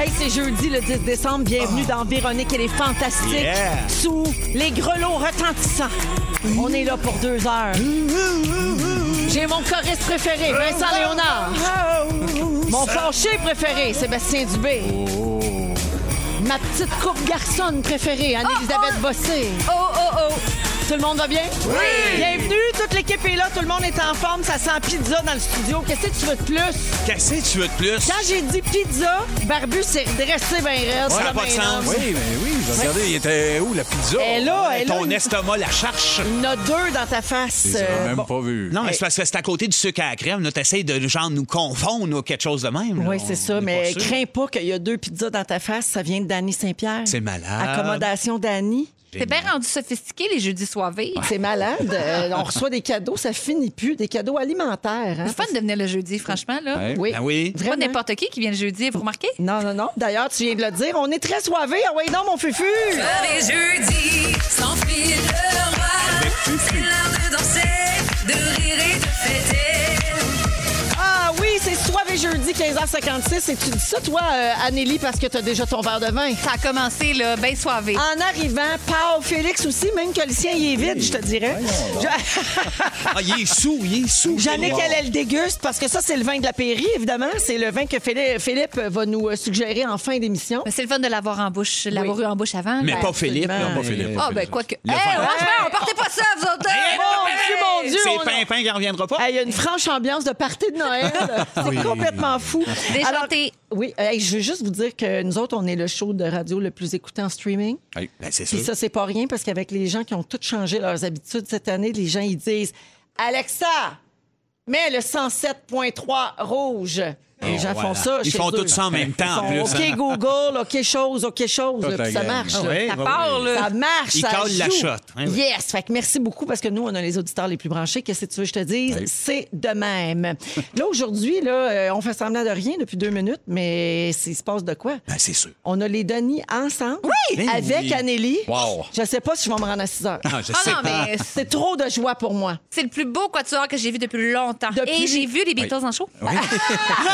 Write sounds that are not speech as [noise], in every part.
Hey, c'est jeudi le 10 décembre. Bienvenue Ah. dans Véronique et les Fantastiques. Yeah. Sous les grelots retentissants. On est là pour deux heures. J'ai mon choriste préféré, Vincent Léonard. Mon fâché préféré, Sébastien Dubé. Oh. Ma petite coupe garçonne préférée, Anne-Elisabeth Bossé. Oh, oh, oh! Tout le monde va bien? Oui! Bienvenue, toute l'équipe est là, tout le monde est en forme, ça sent pizza dans le studio. Qu'est-ce que tu veux de plus? Qu'est-ce que tu veux de plus? Quand j'ai dit pizza, Barbu s'est redressé ben reste. Ça n'a comme pas un de sens. homme. Oui, mais oui, j'ai regardé, il était où la pizza? Elle est là, elle est là, Ton il- estomac la cherche. Il y en a deux dans ta face. Je l'ai euh, même bon. pas vu. Non, mais c'est parce que c'est à côté du sucre à la crème. là. T'essayes de genre nous confondre ou quelque chose de même. là. Oui, On c'est ça, est mais pas sûr. crains pas qu'il y a deux pizzas dans ta face. Ça vient de Danny Saint-Pierre. C'est malade. Accommodation Danny. T'es bien rendu sophistiqué les jeudis soirées. C'est malade. Euh, on reçoit des cadeaux, ça finit plus. Des cadeaux alimentaires. hein. C'est fun de venir le jeudi, franchement. là. Ouais. Oui. Ben oui. C'est Pas Vraiment. n'importe qui qui vient le jeudi, vous remarquez? Non, non, non. D'ailleurs, tu viens de le dire, on est très soivés. Ah oui, non, mon fufu! Les jeudis s'enfile le roi. C'est l'heure de danser, de rire et de fêter. Ah oui, c'est soivé jeudi, 15h56. Et tu dis ça, toi, euh, Annélie, parce que t'as déjà ton verre de vin. Ça a commencé, là, bien soivé. En arrivant, Pau, Félix aussi, même que le sien, il est vide, je te dirais. Ah, il est sous, il [laughs] est sous. J'annais Wow. qu'elle elle le déguste parce que ça, c'est le vin de la Périe, évidemment. C'est le vin que Philippe, Philippe va nous euh, suggérer en fin d'émission. Mais c'est le fun de l'avoir en bouche, l'avoir eu en bouche avant. Mais là. pas Philippe. absolument. non, pas Philippe. Ah, ben, quoi que. Hé, Le fun. franchement, on partait pas ça, vous autres! hein? Hey, là. Mon Dieu, mon Dieu! on C'est a- Pimpin qui en reviendra pas. Hey, Il y a une franche ambiance de party de [laughs] Noël. C'est complètement fou. Déjanté. Alors, oui, hey, je veux juste vous dire que nous autres, on est le show de radio le plus écouté en streaming. Hey, Ben, c'est Puis sûr. ça, c'est pas rien parce qu'avec les gens qui ont tous changé leurs habitudes cette année, les gens, ils disent Alexa, mets le 107.3 rouge. Les Et gens Ah, voilà. font ça. Ils chez font eux. tout ça en même temps, en Ils plus. font, hein. OK, Google, OK, chose, OK, chose. Toute la Puis ça gang. marche. Ah là. ouais, Ça ouais, part, ouais. là. Ça marche, Ils ça collent la joue. shot, hein, oui. Yes, fait que merci beaucoup parce que nous, on a les auditeurs les plus branchés. Qu'est-ce que tu veux que je te dise? C'est de même. là, aujourd'hui, là, euh, on fait semblant de rien depuis deux minutes, mais il se passe de quoi? Ben, c'est sûr. On a les Denis ensemble. Ben Avec oui. Anneli. Wow. Je sais pas si je vais me rendre à 6 heures. Ah, je Ah sais non, pas. mais C'est trop de joie pour moi. c'est le plus beau quatuor que j'ai vu depuis longtemps. Depuis- Et j'ai vu les Beatles en show.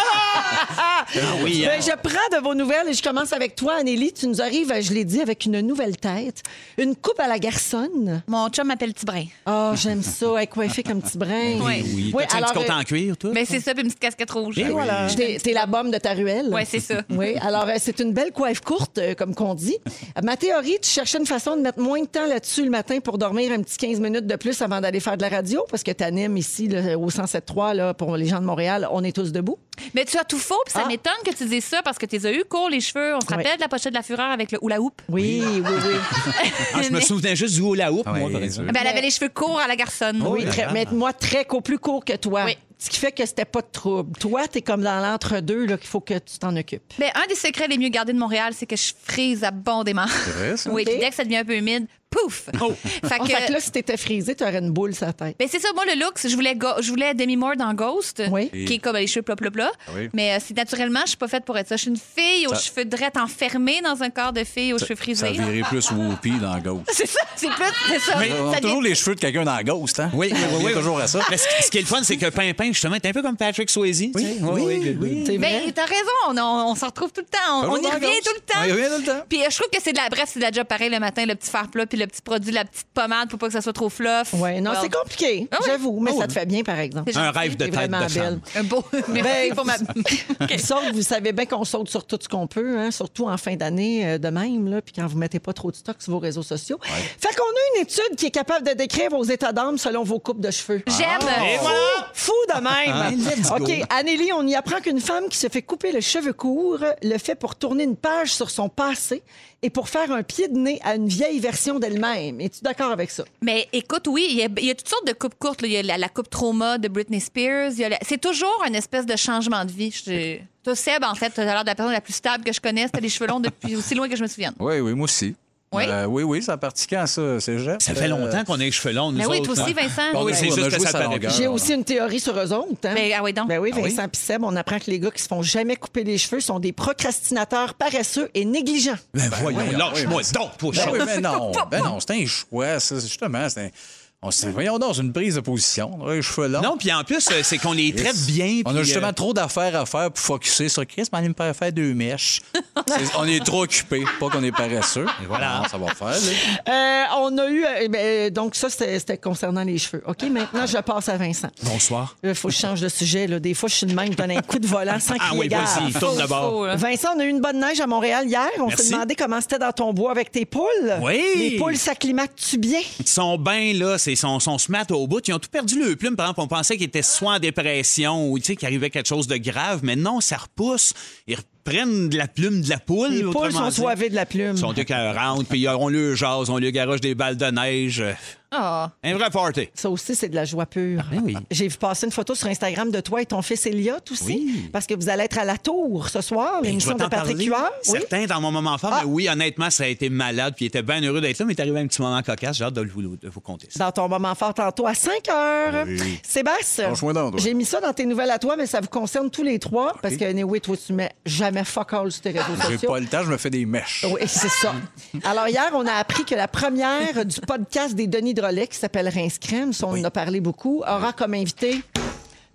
Ah oui, Ben, hein. je prends de vos nouvelles et je commence avec toi, Anneli. Tu nous arrives, je l'ai dit, avec une nouvelle tête. Une coupe à la garçonne. Mon chum m'appelle Tibrin. Ah, j'aime ça. Elle est coiffée comme petit brin. Oui. Oui, t'as-tu un alors, petit compte en cuir, toi? Mais c'est ça, puis une petite casquette rouge. Et voilà. euh, t'es- T'es la bombe de ta ruelle. Ouais, c'est ça. Oui, alors euh, c'est une belle coiffe courte, euh, comme qu'on dit. Euh, Ma théorie, tu cherchais une façon de mettre moins de temps là-dessus le matin pour dormir un petit 15 minutes de plus avant d'aller faire de la radio, parce que t'animes ici là, au 107.3, là, pour les gens de Montréal, on est tous debout. Mais tu as tout faux, puis ça Ah. m'étonne que tu dises ça parce que tu les as eu court les cheveux. On se Ouais. rappelle de la pochette de la fureur avec le hula hoop. Oui, oui, oui. Ah, je me souvenais juste du hula hoop, moi, par Ouais, exemple. Ben, elle avait les cheveux courts à la garçonne. [laughs] Oui, très- mais moi, très court, plus court que toi. Oui. Ce qui fait que c'était pas de trouble. Toi, t'es comme dans l'entre-deux, là, qu'il faut que tu t'en occupes. Ben, un des secrets les mieux gardés de Montréal, c'est que je frise abondamment. vrai, ça? Oh. Oui, Ok. puis dès que ça devient un peu humide, pouf! [laughs] Fait En que- fait, que là, si t'étais frisé, t'aurais une boule sur la tête. Ben, c'est ça, moi, le look, je voulais, go- je voulais Demi Moore dans Ghost, Oui. qui est comme les cheveux plop plop plop. Ah oui. Mais euh, c'est naturellement, je suis pas faite pour être ça. Je suis une fille aux cheveux drettes enfermée dans un corps de fille aux cheveux Ça frisés. virait plus Whoopi dans Ghost. [laughs] C'est ça, c'est plus, c'est ça. Ça On a devient- toujours les cheveux de quelqu'un dans Ghost, hein? Oui, oui, On oui. revient toujours à ça. Mais ce, ce qui est le fun, c'est que Pimpin, justement, est un peu comme Patrick Swayze. Oui, oui, oui. C'est vrai? Ben, t'as raison, on, on s'en retrouve tout le temps. On, Toujours on y dans la revient gauche. tout le temps. On y revient tout le temps. Puis euh, je trouve que c'est de la. Bref, c'est de la job pareil le matin, le petit fer plat, puis le petit produit, la petite pommade pour pas que ça soit trop fluff. Ouais, non, Well, c'est compliqué, Ah oui. j'avoue, mais ça te fait bien, par exemple. c'est Un gentil. rêve de T'es tête vraiment de chambre. [laughs] belle. Un beau. [laughs] Merci Ben, pour [laughs] ma. Puis sauf que vous savez bien qu'on saute sur tout ce qu'on peut, hein, surtout en fin d'année euh, de même, là, puis quand vous mettez pas trop de stock sur vos réseaux sociaux. Fait qu'on a une étude qui est capable de décrire vos états d'âme selon vos coupes de cheveux. J'aime. Ah. Et voilà! Fou de Ah. même! OK, Anneli, on y apprend qu'une femme qui se fait couper le cheveu court le fait pour tourner une page sur son passé et pour faire un pied de nez à une vieille version d'elle le même. Es-tu d'accord avec ça? Mais écoute, oui, il y, a, il y a toutes sortes de coupes courtes. là. Il y a la, la coupe trauma de Britney Spears. il y a la- C'est toujours un espèce de changement de vie. Je- Toi, Seb, en fait, t'as l'air de la personne la plus stable que je connaisse. T'as les cheveux [laughs] longs depuis aussi loin que je me souvienne. Oui, oui, moi aussi. Oui? Euh, oui, oui, ça a parti quand, ça, Cégep? Ça fait Euh, longtemps qu'on a les cheveux longs, nous Mais oui, toi autres, aussi, là. Vincent. on a Oui, joué- c'est on a juste joué que ça sa paraît longueur. plus. J'ai aussi une théorie sur eux autres. Hein? Ben, ah oui, donc. Ben oui, Vincent puis Seb, on apprend que les gars qui se font jamais couper les cheveux sont des procrastinateurs paresseux et [laughs] négligents. Ben voyons, oui, lâche-moi Euh, oui, donc, toi, Ben chaud. oui, mais non, ben non, c'est un choix, ça, c'est justement. C'est un- on s'est dit, voyons donc, c'est une prise de position. On a les cheveux longs. Non, puis en plus, euh, c'est qu'on les traite bien. On puis, a euh, justement trop d'affaires à faire pour focusser sur Chris, mais on me faire deux mèches. C'est- on est trop occupé, pas qu'on est paresseux. Et voilà. ça va faire. là. Euh, on a eu. euh, ben, euh, donc, ça, c'était c'était concernant les cheveux. Ah. OK, maintenant, je passe à Vincent. Bonsoir. Il faut que je change de sujet. Là. Des fois, je suis de même, je donne un coup de volant sans Ah crier oui, gare. vas-y, tourne d'abord. Faux, là. Vincent, on a eu une bonne neige à Montréal hier. On Merci. s'est demandé comment c'était dans ton bois avec tes poules. Oui. Les poules s'acclimatent-tu bien? Ils sont bien, là, c'est son, son smat au bout. Ils ont tout perdu le plume. Par exemple, on pensait qu'ils étaient soit en dépression ou tu sais, qu'il arrivait quelque chose de grave, mais non, ça repousse. Ils reprennent de la plume de la poule. Les autrement poules sont dit. soivées de la plume. Ils sont écœurantes, puis on le jase, on lui garoche des balles de neige. Euh, Ah. Un vrai party. Ça aussi, c'est de la joie pure. ben oui. J'ai vu passer une photo sur Instagram de toi et ton fils Elliot aussi, parce que vous allez être à la tour ce soir, Ben, je l'émission vais de t'en Patrick parler. Huard. Oui. Certains dans mon moment fort, Ah. mais oui, honnêtement, ça a été malade, puis il était bien heureux d'être là, mais il est arrivé un petit moment cocasse. J'ai hâte de vous, de vous conter ça. Dans ton moment fort tantôt à 5 Ah heures. Sébastien, Lâche-moi donc, toi. j'ai mis ça dans tes nouvelles à toi, mais ça vous concerne tous les trois, parce que, anyway, toi, tu mets jamais fuck all sur tes Ah, réseaux J'ai sociaux. pas le temps, je me fais des mèches. [laughs] Oui, c'est ça. Alors, hier, on a appris que la première du podcast des Denis Drolet, qui s'appelle Rince Crème, on en a parlé beaucoup, aura comme invité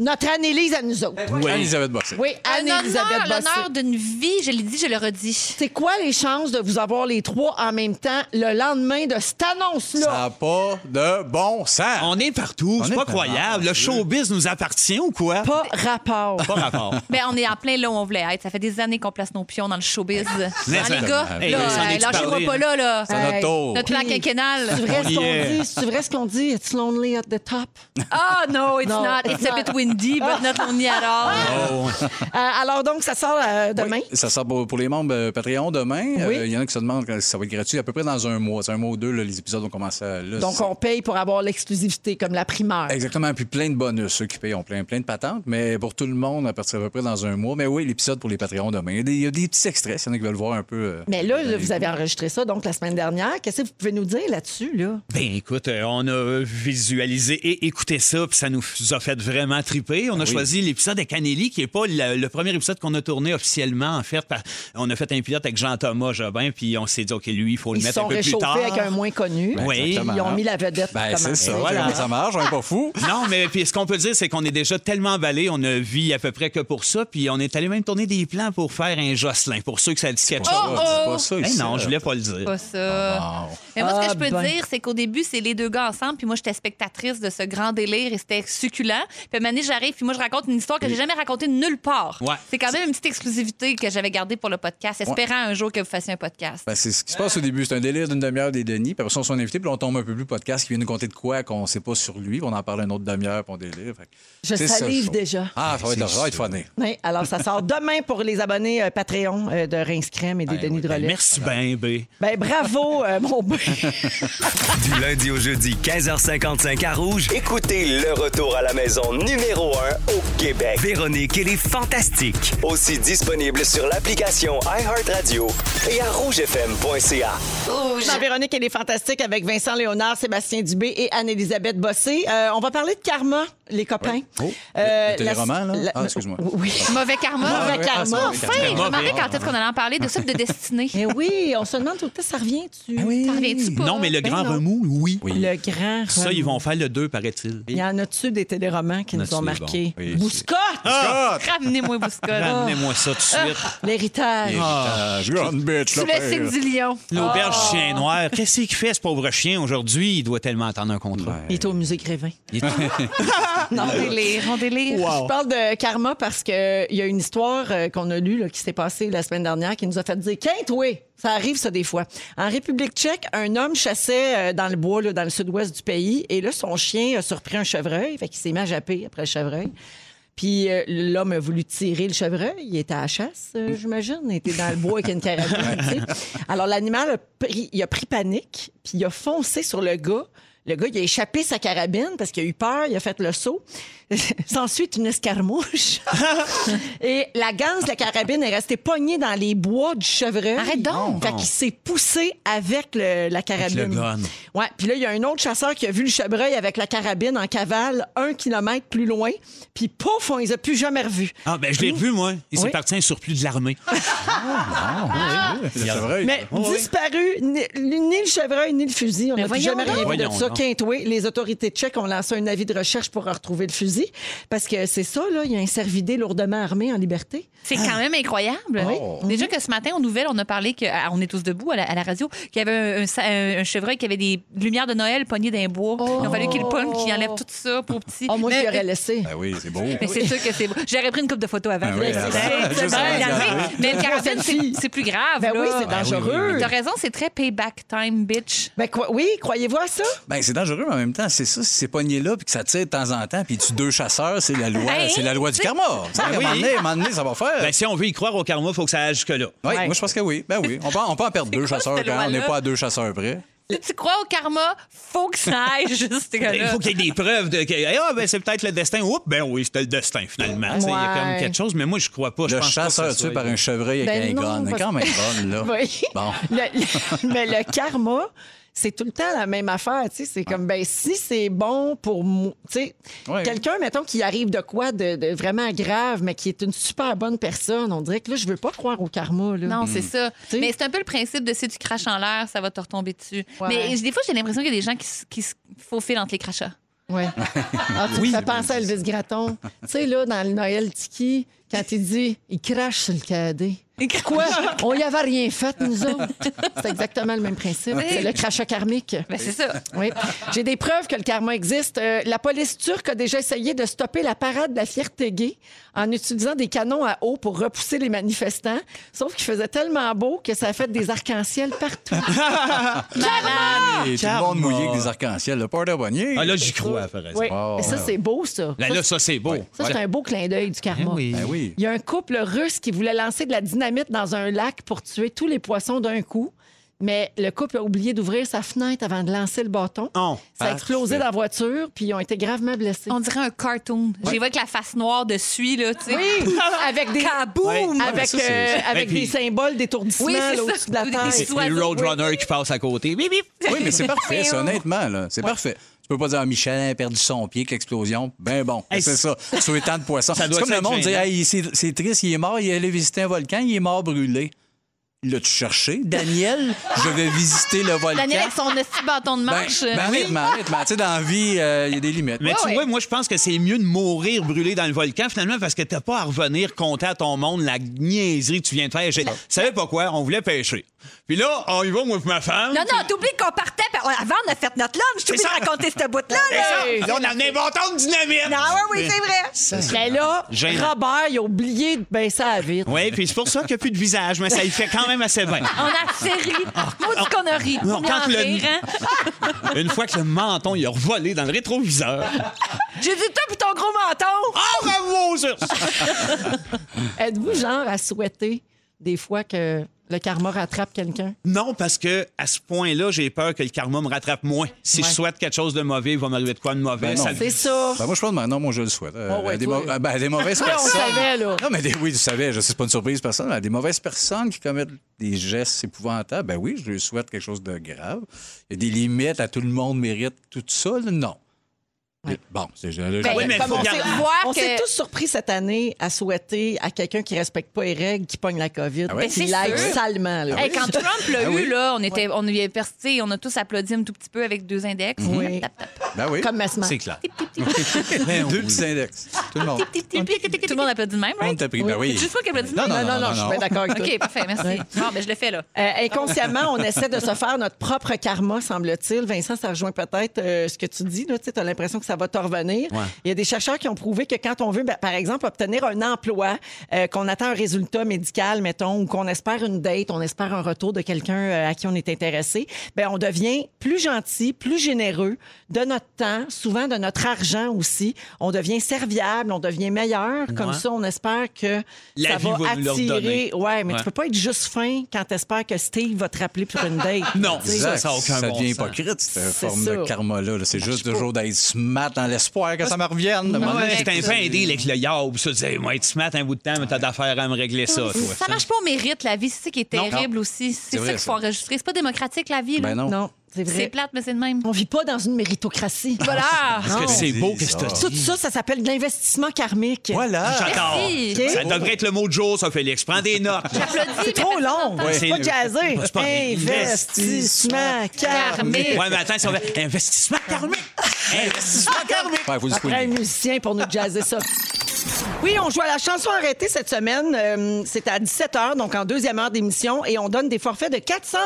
notre Annelise à nous autres. Oui. Anne-Elisabeth Bossé. Oui, Un honneur, Anne-Elisabeth Bossé. Ben, Euh, l'honneur d'une vie, je l'ai dit, je le redis. C'est quoi les chances de vous avoir les trois en même temps le lendemain de cette Ça annonce-là? n'a pas de bon Ah. sens. On est partout, On c'est est pas partout. croyable. Le showbiz nous appartient ou quoi? Pas rapport. Pas rapport. Ben, on est en plein là où on voulait être. Ça fait des années qu'on place nos pions dans le showbiz. Mais Hein, ça- les gars, Hey, là, on s'en euh, est-tu lâchez-moi parlé, pas hein? là, là. Euh, C'est [laughs] notre Hey. tour. Notre plan Puis- quinquennal. [laughs] C'est vrai ce On y qu'on est. dit, c'est vrai ce qu'on dit. It's lonely at the top. Ah non, it's Non, not. it's It's a not. bit windy, but not lonely at all. Oh, ouais. Euh, alors donc, ça sort euh, Oui, demain. ça sort pour, pour les membres euh, Patreon demain. Euh, Il Oui. y en a qui se demandent si ça va être gratuit à peu près dans un mois. C'est un mois ou deux, là, les épisodes vont commencer à- là. Donc, c'est- on paye pour avoir l'exclusivité, comme la primeur. Exactement, puis plein de bonus. Ceux qui payent ont plein, plein de patentes, mais pour tout le monde, à partir à peu près dans un mois. Mais oui, l'épisode pour les Patreons demain. Il y a des, il y a des petits extraits, s'il y en a qui veulent voir un peu. euh, Mais là, dans là, les vous goûts. avez enregistré ça donc la semaine dernière. Qu'est-ce que vous pouvez nous dire là-dessus? Là? Ben écoute, euh, on a visualisé et écouté ça, puis ça nous f- a fait vraiment triper. On a choisi l'épisode avec Anneli, qui est pas le, le premier épisode qu'on a tourné officiellement, en fait. par- On a fait un pilote avec Jean-Thomas Jobin, puis on s'est dit, OK, lui, il faut le Ils se mettre un sont peu plus réchauffés tard. avec un [laughs] moins connu. Ben, oui. exactement. Ils ont mis la vedette. Ben, comment- c'est ça. Et voilà. Comment ça marche, on est pas fou. Non, mais puis ce qu'on peut dire, c'est qu'on est déjà tellement emballé, on ne vit à peu près que pour ça, puis on est allé même tourner des plans pour faire un Jocelyn, pour ceux que ça dit quelque C'est chose. pas ça, oh! c'est pas ça, Eh ici, non, là. je voulais pas le dire. Pas ça. Mais moi, ce que Ah, je peux ben. dire, c'est qu'au début, c'est les deux gars ensemble, puis moi, j'étais spectatrice de ce grand délire et c'était succulent. Puis à un moment donné, j'arrive, puis moi, je raconte une histoire que j'ai jamais racontée nulle part. Ouais. C'est quand même une petite exclusivité que j'avais gardée pour le podcast, espérant un jour que vous fassiez un podcast. Ben, c'est ce qui se passe au début. C'est un délire d'une demi-heure des Denis. Puis après, ça, on s'en invité, puis là, on tombe un peu plus podcast qui vient nous conter de quoi qu'on sait pas sur lui. Puis on en parle une autre demi-heure, puis on délire. Fait que Je c'est ça, le salive show. déjà. Ah, ça va être, ça va être funny. Oui, alors ça sort demain pour les abonnés euh, Patreon euh, de Rince Crème et des Denis Drolet. Merci ben, B. Ben bravo, euh, mon [laughs] beau. Du lundi au jeudi, 15h55 à Rouge, Écoutez le retour à la maison numéro 1 au Québec. Véronique et les Fantastiques. Aussi disponible sur l'application iHeartRadio et à rougefm.ca. Dans Véronique, elle est fantastique avec Vincent Léonard, Sébastien Dubé et Anne-Elisabeth Bossé. Euh, on va parler de karma, les copains. Euh, Oh, le- le téléroman, là? Ah, excuse-moi. [laughs] Oui. Mauvais karma. Mauvais ouais, ah, karma. c'est mauvais Enfin, je me demandais quand est-ce qu'on allait en parler de ça, puis [laughs] de destinée. Mais Eh oui, on se demande tout le temps, ça Ah revient-tu? Ça revient-tu pas? Non, mais le Ben grand non. remous, oui. Le grand. Ça, ils vont faire le 2, paraît-il. Il y en a-tu des téléromans qui nous Là-dessus, ont marqués? bon. Oui, Ah! Bouscotte! Ah! Ramenez-moi Bouscotte. Ramenez-moi ça tout de suite. L'héritage. Ah, je suis une bitch, Sous ben là, le père. signe du lion. L'auberge chien noir. Qu'est-ce qu'il fait, ce pauvre chien, aujourd'hui? Il doit tellement attendre un contrat. Il est au musée Grévin. Non, on délire, on délire. Je parle de karma parce qu'il y a une histoire euh, qu'on a lue là, qui s'est passée la semaine dernière qui nous a fait dire Quinte, oui, ça arrive ça des fois. En République tchèque, un homme chassait euh, dans le bois, là, dans le sud-ouest du pays, et là, son chien a surpris un chevreuil, fait qu'il s'est mis à japper après le chevreuil. Puis euh, l'homme a voulu tirer le chevreuil. Il était à la chasse, Mm. euh, j'imagine. Il était dans le bois avec une [laughs] carabine. tu sais. Alors l'animal, a pris, il a pris panique, puis il a foncé sur le gars. Le gars, il a échappé sa carabine parce qu'il a eu peur, il a fait le saut. [laughs] S'ensuit une [laughs] escarmouche. Et la ganse de la carabine est restée pognée dans les bois du chevreuil. Arrête donc! Fait qu'il s'est poussé avec le- la carabine. le gun. Ouais, puis là, il y a un autre chasseur qui a vu le chevreuil avec la carabine en cavale un kilomètre plus loin. Puis pouf, on les a plus jamais revus. Ah, ben, je l'ai revu, moi. Oui. Ah. Il s'est parti un surplus de l'armée. C'est vrai. Mais Oh, disparu, ni, ni le chevreuil, ni le fusil. On n'a plus voyons jamais rien donc. vu de Voyons ça. donc. Quintoué, les autorités tchèques ont lancé un avis de recherche pour retrouver le fusil. Parce que c'est ça, là, il y a un cervidé lourdement armé en liberté. C'est quand même incroyable. Oui. Déjà que ce matin, aux nouvelles, on a parlé que, à on est tous debout à la, à la radio, qu'il y avait un, un sa- un- un chevreuil qui avait des lumières de Noël pognées d'un bois. Il a fallu qu'il le pogne, qu'il enlève tout ça pour petit. Oh, moi, je Mais- euh, l'aurais laissé. Ben oui, c'est beau. Mais c'est sûr que c'est beau. J'aurais pris une coupe de photos avant. Ah oui, Là, avant. c'est- Juste c'est- avant. Mais- Mais le carabine, Selfie. c'est- c'est plus grave. Ben là. oui, Ah, c'est dangereux. T'as raison, c'est très payback time, bitch. Ben, quoi- oui, croyez-vous à ça? Ben, c'est dangereux, mais en même temps, c'est ça, si c'est pogné là, puis que ça tire de temps en temps, puis tu deux chasseurs, c'est la loi, Hey, c'est la loi du karma. Ça, à un oui. moment donné, à un moment donné, ça va faire. Ben, si on veut y croire au karma, il faut que ça aille jusque-là. Ah, oui, moi, je pense que oui. Ben oui, on peut, on peut en perdre deux quoi chasseurs cette quand même. on n'est loi-là? pas à deux chasseurs près. Si tu crois au karma, faut que ça aille [laughs] juste. Ben, Il faut qu'il y ait des preuves de que hey, ah ben c'est peut-être le destin. Oups, ben oui, c'était le destin finalement. Tu sais, Il y a Ouais. comme quelque chose, mais moi je crois pas. Je Le pense pas que ça chasseur soit- tué par un chevreuil avec Ben non, un gun. parce- Quand même bonne, là. [laughs] Oui. Bon. Le- le- [laughs] mais le karma, c'est tout le temps la même affaire. tu sais. C'est comme, ben, si c'est bon pour moi. tu sais, Ouais. Quelqu'un, mettons, qui arrive de quoi de, de vraiment grave, mais qui est une super bonne personne, on dirait que là, je veux pas croire au karma. Là. Non, c'est ça. T'sais. Mais c'est un peu le principe de si tu craches en l'air, ça va te retomber dessus. Ouais. Mais des fois, j'ai l'impression qu'il y a des gens qui, se- qui se faufilent entre les crachats. Ouais. [laughs] Ah, tu me fais penser à Elvis Gratton. tu sais, là, dans le Noël Tiki, quand il dit il crache sur le cadet. Quoi? On y avait rien fait, nous autres. C'est exactement le même principe. C'est le crachat karmique. Ben, c'est ça. Oui. J'ai des preuves que le karma existe. Euh, la police turque a déjà essayé de stopper la parade de la fierté gay en utilisant des canons à eau pour repousser les manifestants. Sauf qu'il faisait tellement beau que ça a fait des arcs-en-ciel [laughs] partout. Et tout le Karma. monde mouillé avec des arcs-en-ciel. Le port de bonnier. Ah là j'y crois, par exemple. Oui. Wow, Mais ça, Oh, ouais. c'est beau, ça. Là, Ça, là, ça c'est beau. ça, c'est un beau clin d'œil du karma. Ben oui. Il y a un couple russe qui voulait lancer de la dynamite dans un lac pour tuer tous les poissons d'un coup. Mais le couple a oublié d'ouvrir sa fenêtre avant de lancer le bâton. Oh, ça a explosé dans la voiture, puis ils ont été gravement blessés. On dirait un cartoon. J'ai vu avec la face noire dessus, là, tu sais. Oui, [laughs] avec des Ouais. avec, Ça, c'est- euh, avec Et puis- des symboles d'étourdissement Oui, c'est là, ça. au-dessus de la Des- tête. des- C'est les oiseaux, Roadrunner qui passe à côté. Bip, bip. Oui, mais c'est parfait, ça, honnêtement. là. C'est parfait. Tu peux pas dire, ah, Michel a perdu son pied, que l'explosion. Ben bon, Hey, c'est c'est- ça. Sauver tant de poissons. Ça C'est doit comme le être monde dit, gênant. Hey, c'est c'est triste, il est mort, il est allé visiter un volcan, il est mort brûlé. L'as-tu cherché? Daniel, je vais visiter le volcan. Daniel avec son petit bâton de Ben, marche. euh, ben, honnêtement, honnêtement, tu sais, dans la vie, euh, il y a des limites. Mais tu vois, moi, je pense que c'est mieux de mourir brûlé dans le volcan, finalement, parce que t'as pas à revenir compter à ton monde la niaiserie que tu viens de faire. J'ai- Tu savais pas quoi? On voulait pêcher. Puis là, on y va, moi et ma femme. Non, non, t'oublies qu'on partait. puis on- Avant, on a fait notre lunch. T'oublies ça. de raconter ce bout-là. Et Là. ça, là, on a amené un bâton de dynamite. Ah ouais, oui, c'est vrai. Mais là, Gênant. Robert, il a oublié de baisser à la vitre. Oui, puis c'est pour ça qu'il n'y a plus de visage, mais ça y fait quand même [laughs] assez bien. On a serré. Moi, dit qu'on a ri. Non, Combien quand en le- rire, hein? [laughs] Une fois que le menton il a revolé dans le rétroviseur. [laughs] J'ai dit, toi, puis ton gros menton. Ah, bravo, ça! Êtes-vous genre à souhaiter des fois que le karma rattrape quelqu'un? Non, parce que à ce point-là, j'ai peur que le karma me rattrape moins. Si Ouais. je souhaite quelque chose de mauvais, il va m'arriver de quoi de mauvais. Ben non. ça le- C'est ça. Ben, moi, je pense que non, moi, je le souhaite. Euh, Oh, ouais, à des, toi. mau- ben, à des mauvaises [laughs] on personnes. savait, là. Non, mais des- oui, tu savais, je sais, c'est pas une surprise, personne. À des mauvaises personnes qui commettent des gestes épouvantables, ben oui, je lui souhaite quelque chose de grave. Il y a des limites à tout le monde mérite tout ça, là, non. Mais Bon, c'est là, je- Ben, oui, mais Comme faut on garder- s'est- voir on que- s'est tous surpris cette année à souhaiter à quelqu'un qui respecte pas les règles, qui pogne la COVID, ouais? qui Mais c'est l'aide sûr. salement. là. Hey, quand Trump l'a Ah eu, là, on était, on, lui a persisté, on a tous applaudi un tout petit peu avec deux index. Oui. Tap, tap, tap. ben oui. Comme Massman. C'est clair. Ben, Deux petits index. Tout le monde. Tout le monde applaudit de même, On right? t'a pris, ben oui. Juste moi qui applaudis de Non, même. Non, non, non, non, je suis non. pas d'accord avec toi. OK, parfait, merci. Bon, ben, je le fais, là. Euh, inconsciemment, on essaie de se faire notre propre karma, semble-t-il. Vincent, ça rejoint peut-être euh, ce que tu dis. Tu as l'impression que ça va te revenir. Ouais. Il y a des chercheurs qui ont prouvé que quand on veut, ben, par exemple, obtenir un emploi, euh, qu'on attend un résultat médical, mettons, ou qu'on espère une date, on espère un retour de quelqu'un euh, à qui on est intéressé, ben, on devient plus gentil, plus généreux de notre temps, souvent de notre argent aussi. On devient serviable, on devient meilleur. Comme Ouais. ça, on espère que La ça vie va nous le redonner. attirer. Ouais, mais Ouais. tu peux pas être juste fin quand t'espères que Steve va te rappeler pour une date. [laughs] Non, Tu sais, ça, ça n'a aucun ça bon devient sens. hypocrite, cette C'est forme ça. Ben, de karma-là. là. C'est juste toujours d'être smart dans l'espoir que ça me revienne. Ouais, J'étais un peu aidé avec le yard. Ça disait, ouais, tu te mets un bout de temps, mais t'as d'affaires à me régler ça, toi. Ça marche pas au mérite, la vie. C'est ça qui est Non. terrible aussi. C'est vrai, ça qu'il faut ça. enregistrer. C'est pas démocratique, la vie. là. Ben non. Non, c'est C'est vrai. plate, mais c'est de même. On vit pas dans une méritocratie. Voilà! Parce que c'est beau que ça. c'est Tout ça, ça s'appelle de l'investissement karmique. Voilà. J'adore. Merci. Ça devrait être le mot de jour, ça, Félix. Prends des notes. C'est trop long. C'est- C'est pas jazzé. C'est pas- Investissement Karmique. karmique. Ouais, mais attends, si on veut- investissement karmique. Investissement karmique. Ouais, faut le Après un souligner. musicien pour nous jazzer ça. [laughs] Oui, on joue à la chanson arrêtée cette semaine. Euh, c'est à 17h, donc en deuxième heure d'émission. Et on donne des forfaits de 400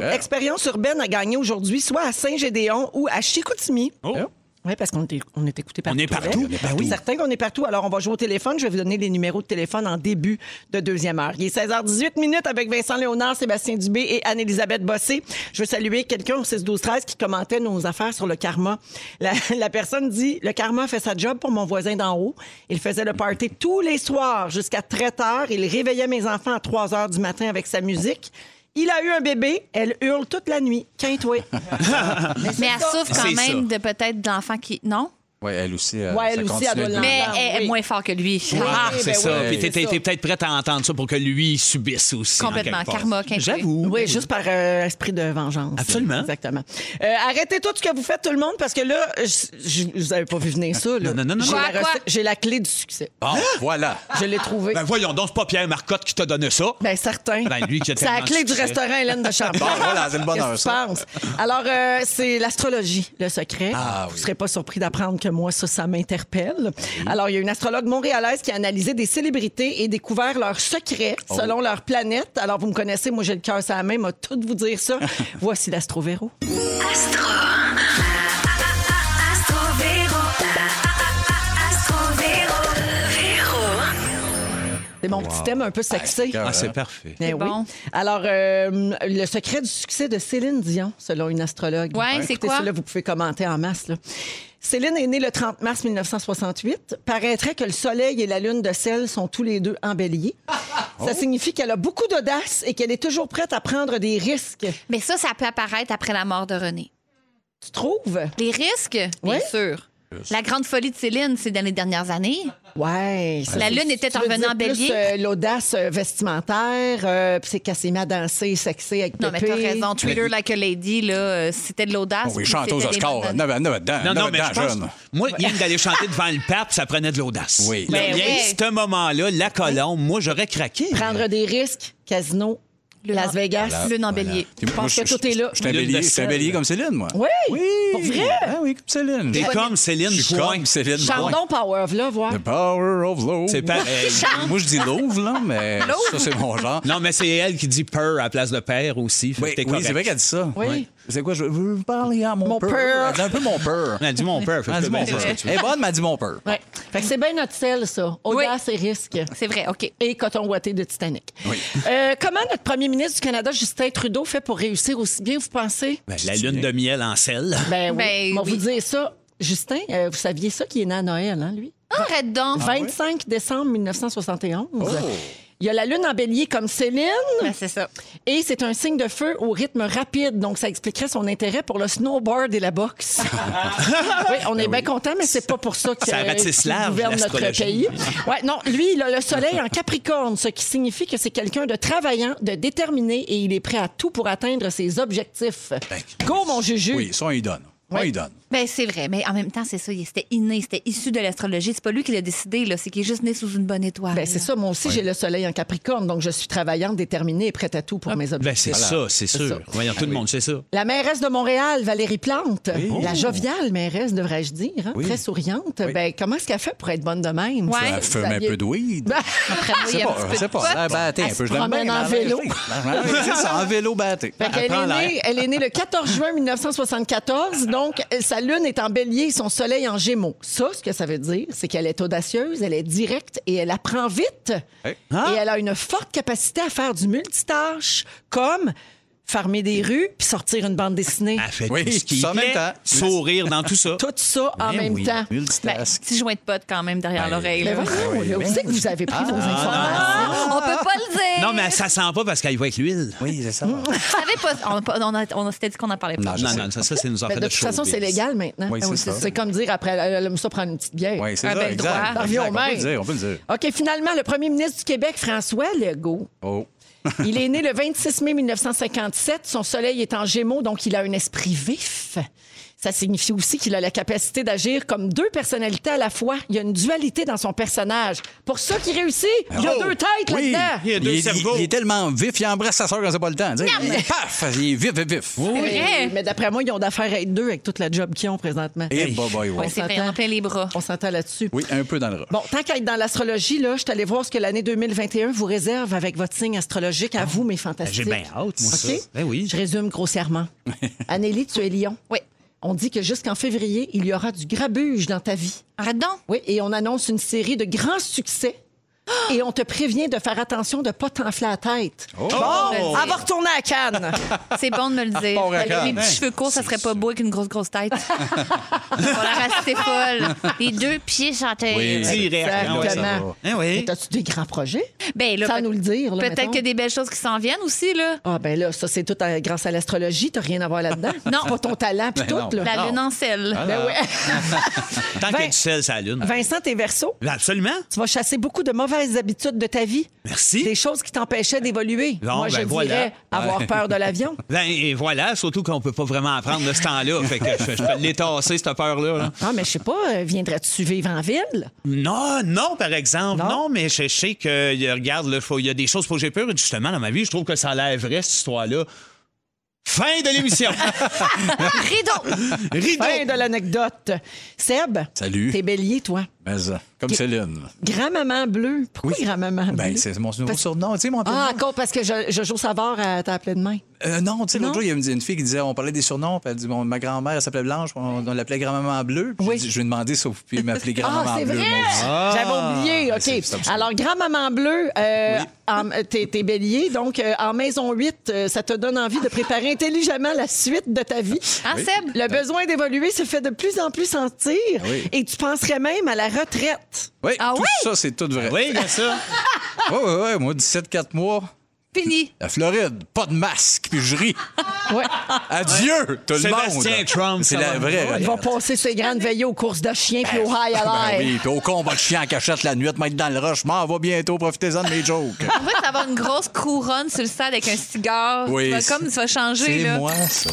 Eh. Expérience urbaine à gagner aujourd'hui, soit à Saint-Gédéon ou à Chicoutimi. Oh. Oui, parce qu'on est, on est écouté partout. On est partout. hein? On est partout. Ben oui, certain qu'on est partout. Alors, on va jouer au téléphone. Je vais vous donner les numéros de téléphone en début de deuxième heure. Il est 16h18 minutes avec Vincent Léonard, Sébastien Dubé et Anne-Élisabeth Bossé. Je veux saluer quelqu'un au 6-12-13 qui commentait nos affaires sur le karma. La, [laughs] la personne dit « Le karma fait sa job pour mon voisin d'en haut. Il faisait le party tous les soirs jusqu'à très tard. Il réveillait mes enfants à 3 heures du matin avec sa musique. Il a eu un bébé. Elle hurle toute la nuit. Quinte-toi. Mais elle souffre quand C'est ça. même de peut-être de l'enfant qui. Non? Ouais, elle aussi. euh, Ouais, elle ça aussi, elle continue doit de- l'en- Mais ben elle est oui. moins fort que lui. Ah, c'est ben ça. oui, Puis c'est t'es- ça. t'es peut-être prête à entendre ça pour que lui subisse aussi. en Complètement. quelque part. Karma, qu'un J'avoue. Oui, juste par euh, esprit de vengeance. Absolument. Exactement. Euh, arrêtez tout ce que vous faites, tout le monde, parce que là, je, je- vous avez pas vu venir ça. Là. Non, non, non, non. J'ai Quoi, la, quoi? recette- j'ai la clé du succès. Bon, voilà. Je l'ai trouvée. Ben Ben, voyons donc, c'est pas Pierre Marcotte qui t'a donné ça. certain. Ben, lui qui a c'est la tellement clé de du succès. restaurant Hélène de Champagne. Bon, voilà, c'est le bonheur, Qu'est-ce que ça. tu penses? Alors, euh, c'est l'astrologie, le secret. Ah, Vous oui. serez pas surpris d'apprendre que moi, ça, ça m'interpelle. Alors, il y a une astrologue montréalaise qui a analysé des célébrités et découvert leurs secrets Oh. selon leur planète. Alors, vous me connaissez, moi, j'ai le cœur sur la main, m'a tout vous dire [laughs] ça. Voici l'astro-véro. Astro. Astro Véro. Astro ah, Véro. C'est mon petit thème un peu sexy. Ah, Ah, c'est c'est parfait. Ben oui. bon. Alors, euh, le secret du succès de Céline Dion, selon une astrologue. Ouais, c'est Écoutez quoi? ça, là, vous pouvez commenter en masse. là. Céline est née le 30 mars 1968. Paraîtrait que le soleil et la lune de sel sont tous les deux en [laughs] bélier. Oh. Ça signifie qu'elle a beaucoup d'audace et qu'elle est toujours prête à prendre des risques. Mais ça, ça peut apparaître après la mort de René. Tu trouves? Les risques, bien Oui. sûr. La grande folie de Céline, c'est dans les dernières années. Ouais. ça, La c'est- lune était tu en veux revenant dire plus, bélier? euh, l'audace euh, vestimentaire, euh, puis c'est qu'elle s'est mise à danser, sexy avec Non, mais Pépé. t'as raison. Treat her like a lady, là, euh, c'était de l'audace. Oui, puis chante c'était aux des Oscars. bonnes- 9 à 9 dedans. Non, non, 9 mais je dedans, pense, jeune. moi, rien que d'aller chanter devant le pape, ça prenait de l'audace. Oui. Là, Ben rien oui. que ce moment-là, la colombe, moi, j'aurais craqué. Prendre des risques, casino, Le- Las Vegas. Lune en bélier. Puis Je pense moi, que tout est là. Je suis un Lune de bélier- je suis un sel. bélier comme Céline, moi. Oui, Oui. pour vrai. Ah oui, comme Céline. T'es comme Céline Je suis Join. comme Céline. Chante Join. donc Power of Love, voir. The power of love. C'est pareil. Moi, je dis love, là, mais ça, c'est mon genre. Non, mais c'est elle qui dit peur à la place de père aussi. Fait Oui, que t'es oui, correct. c'est vrai qu'elle dit ça. Oui. C'est quoi, je veux vous parler à mon, Mon peur. peur. [laughs] Elle dit un peu mon peur. Elle dit mon père. fait que Elle dit c'est mon bien peur. ça, ce que tu Elle est bonne, mais elle dit mon peur. Ouais. Fait que c'est bien notre sel, ça. Audace et risque. C'est vrai, OK. Et coton ouaté de Titanic. Euh, comment notre premier ministre du Canada, Justin Trudeau, fait pour réussir aussi bien, vous pensez? veux. Ben, la lune de miel en sel. Ben, Ben oui. On va oui. vous dire ça. Justin, euh, vous saviez ça qui est né à Noël, hein, lui? Arrête donc. 25 décembre 1971. Il y a la lune en bélier comme Céline. Ben, c'est ça. Et c'est un signe de feu au rythme rapide, donc ça expliquerait son intérêt pour le snowboard et la boxe. oui, on est bien content, mais c'est pas pour ça que Ça ratisse qu'il large, gouverne notre l'astrologie. pays. Ouais, non, lui, il a le soleil en Capricorne, ce qui signifie que c'est quelqu'un de travaillant, de déterminé, et il est prêt à tout pour atteindre ses objectifs. Go, mon Juju! Oui, ça, on y donne. On y donne. Ben, c'est vrai, mais en même temps, c'est ça. il- C'était inné, c'était issu de l'astrologie. C'est pas lui qui l'a décidé, là. C'est qu'il est juste né sous une bonne étoile. Ben, c'est là. ça, moi aussi, j'ai le soleil en Capricorne, donc je suis travaillante, déterminée et prête à tout pour mes objectifs. Ben, c'est ça, c'est sûr. ça. Voyons, tout le monde sait ça. La mairesse de Montréal, Valérie Plante, Oh. la joviale mairesse, devrais-je dire, hein, très souriante, ben, comment est-ce qu'elle fait pour être bonne de même? Ouais. Elle fume un aviez- [laughs] peu de weed. Ben, Après, moi, il y C'est a un pas, petit peu de c'est pot. pas. Elle battait un peu. Je se l'aime promène bien, en la vélo. vieille fille. [laughs] C'est ça, [laughs] en vélo batté. Fait qu'elle prend est l'air. née, elle est née le 14 juin 1974, donc euh, sa lune est en bélier et son soleil en gémeaux. Ça, ce que ça veut dire, c'est qu'elle est audacieuse, elle est directe et elle apprend vite. Hey. Et elle a une forte capacité à faire du multitâche, comme farmer des rues puis sortir une bande dessinée. Elle fait Oui, tout ce qui ça en même plaît, temps. sourire dans tout ça. Tout ça en Ben Eh même oui, temps. Multitask. Ben, Petit joint de pote quand même derrière l'oreille. Mais là. voyons, oui, là, où ben c'est que vous avez pris vos informations? Ah, on peut pas le dire. Non, mais ça sent pas parce qu'elle va avec l'huile. Ben, Oui, c'est ça. hmm. Je savais pas- On, a pas- on, a- on s'était dit qu'on en parlait pas. Non, je Non, sais. non, ça, ça c'est nous en Ben, fait de toute façon, c'est showbiz. légal maintenant. ah, Oui, Ben c'est ça. C'est comme dire après, euh, elle aime ça prendre une petite bière. Oui, c'est Un ça, bel droit. exact. Ça revient exact. au On peut même. le dire, on peut le dire. OK, finalement, le premier ministre du Québec, François Legault, Oh. il est né [laughs] le 26 mai 1957. Son soleil est en gémeaux, donc il a un esprit vif. Ça signifie aussi qu'il a la capacité d'agir comme deux personnalités à la fois. Il y a une dualité dans son personnage. Pour ça qu'il réussit, il y a Oh. deux têtes Oui. là-dedans. Il y a deux il, cerveaux. il est tellement vif, il embrasse sa soeur quand c'est pas le temps. Tu sais, Paf! Il est vif, vif, vif. C'est vrai. Mais, mais d'après moi, ils ont d'affaires à être deux avec toute la job qu'ils ont présentement. Et bye bye, ouais. Ouais, c'est vrai, s'entend. on plein les bras. On s'entend là-dessus. Oui, un peu dans le rat. Bon, tant qu'à être dans l'astrologie, là, je suis allée voir ce que l'année 2021 vous réserve avec votre signe astrologique à vous, mes fantastiques. Ah. Ben, J'ai bien hâte, moi, ça. OK? Ben oui. Je résume [laughs] grossièrement. Anélie, tu es lion. Oui. On dit que jusqu'en février, il y aura du grabuge dans ta vie. Arrête donc. Oui, et on annonce une série de grands succès. Et on te prévient de faire attention de ne pas t'enfler la tête. Ah! Oh! Bon, elle va retourner à Cannes. [laughs] C'est bon de me le dire. Bon record, Avec mes petits cheveux courts, ça serait pas beau avec une grosse, grosse tête. On la race, c'est folle. Les deux pieds sur la terre. Oui. Direct. Ah ouais, ça va. Exactement. Ah oui. Mais As-tu des grands projets? Ben, là, Sans peut- nous le dire, là, Peut-être mettons. que des belles choses qui s'en viennent aussi, là. Ah ben là, ça c'est tout à- grâce à l'astrologie, t'as rien à voir là-dedans. [laughs] Non. C'est pas ton talent puis Ben non. tout là. La lune en selle. Ben ouais. Tant qu'il y a Vin- du sel, ça lune. Vincent, t'es verso. Ben Absolument. Tu vas chasser beaucoup de mauvaises habitudes de ta vie. Merci. Des choses qui t'empêchaient d'évoluer. Bon, Moi, ben je voilà. dirais avoir peur de l'avion. Ben, et voilà, surtout qu'on peut pas vraiment apprendre de [laughs] ce temps-là. Fait que je, je peux l'étasser, cette peur-là. là. Ah, mais je sais pas, euh, viendrais-tu vivre en ville? Non, non, par exemple. Non? Non, mais je, je sais que, euh, regarde, là, faut- il y a des choses pour j'ai peur. Et Justement, dans ma vie, je trouve que ça a l'air vrai, cette histoire-là. Fin de [laughs] l'émission. Rideau. Rideau. Fin de l'anecdote. Seb, Oh. Salut. t'es bélier, toi. Mais, euh, comme Céline. Ah, Grand-maman bleue. Pourquoi grand-maman bleue? Ben, c'est mon nouveau surnom. Tu sais, mon Ah, encore parce que je, Jojo Savard à ta pleine main. Euh, non, tu sais, l'autre jour, il y a une, une fille qui disait, on parlait des surnoms, puis elle dit, bon, ma grand-mère, elle s'appelait Blanche, on, on l'appelait grand-maman bleue. Puis Oui. j'ai dit, je lui ai demandé si vous pouviez m'appeler grand-maman Ah, c'est bleue. vrai! moi aussi. J'avais oublié, Ben, c'est- OK. c'est absurde. Alors, grand-maman bleue, euh, en- euh, t'es t'es bélier, donc euh, en maison 8, euh, ça te donne envie de préparer intelligemment la suite de ta vie. Ah, Hein, Seb? Le besoin d'évoluer se fait de plus en plus sentir Ah oui. et tu penserais même à la retraite. Oui, Ah tout oui? ça, c'est tout vrai. Oui, bien ça. Oui, oui, oui. Moi, 17, 4 mois, Fini. la Floride, pas de masque, puis [laughs] je ris. Ouais. Adieu, tout le monde. Sébastien Trump, C'est ça la va. vraie. Il va retraite. passer ses grandes veillées aux courses de chiens puis au high à Ben l'air. oui, puis au combat de chien en cachette la nuit, te mettre dans le rush, m'en va bientôt, profitez-en de mes [laughs] jokes. En fait, avoir une grosse couronne sur le sel avec un cigare. Oui, Tu vas c'est- comme tu vas changer, C'est là. moi, ça.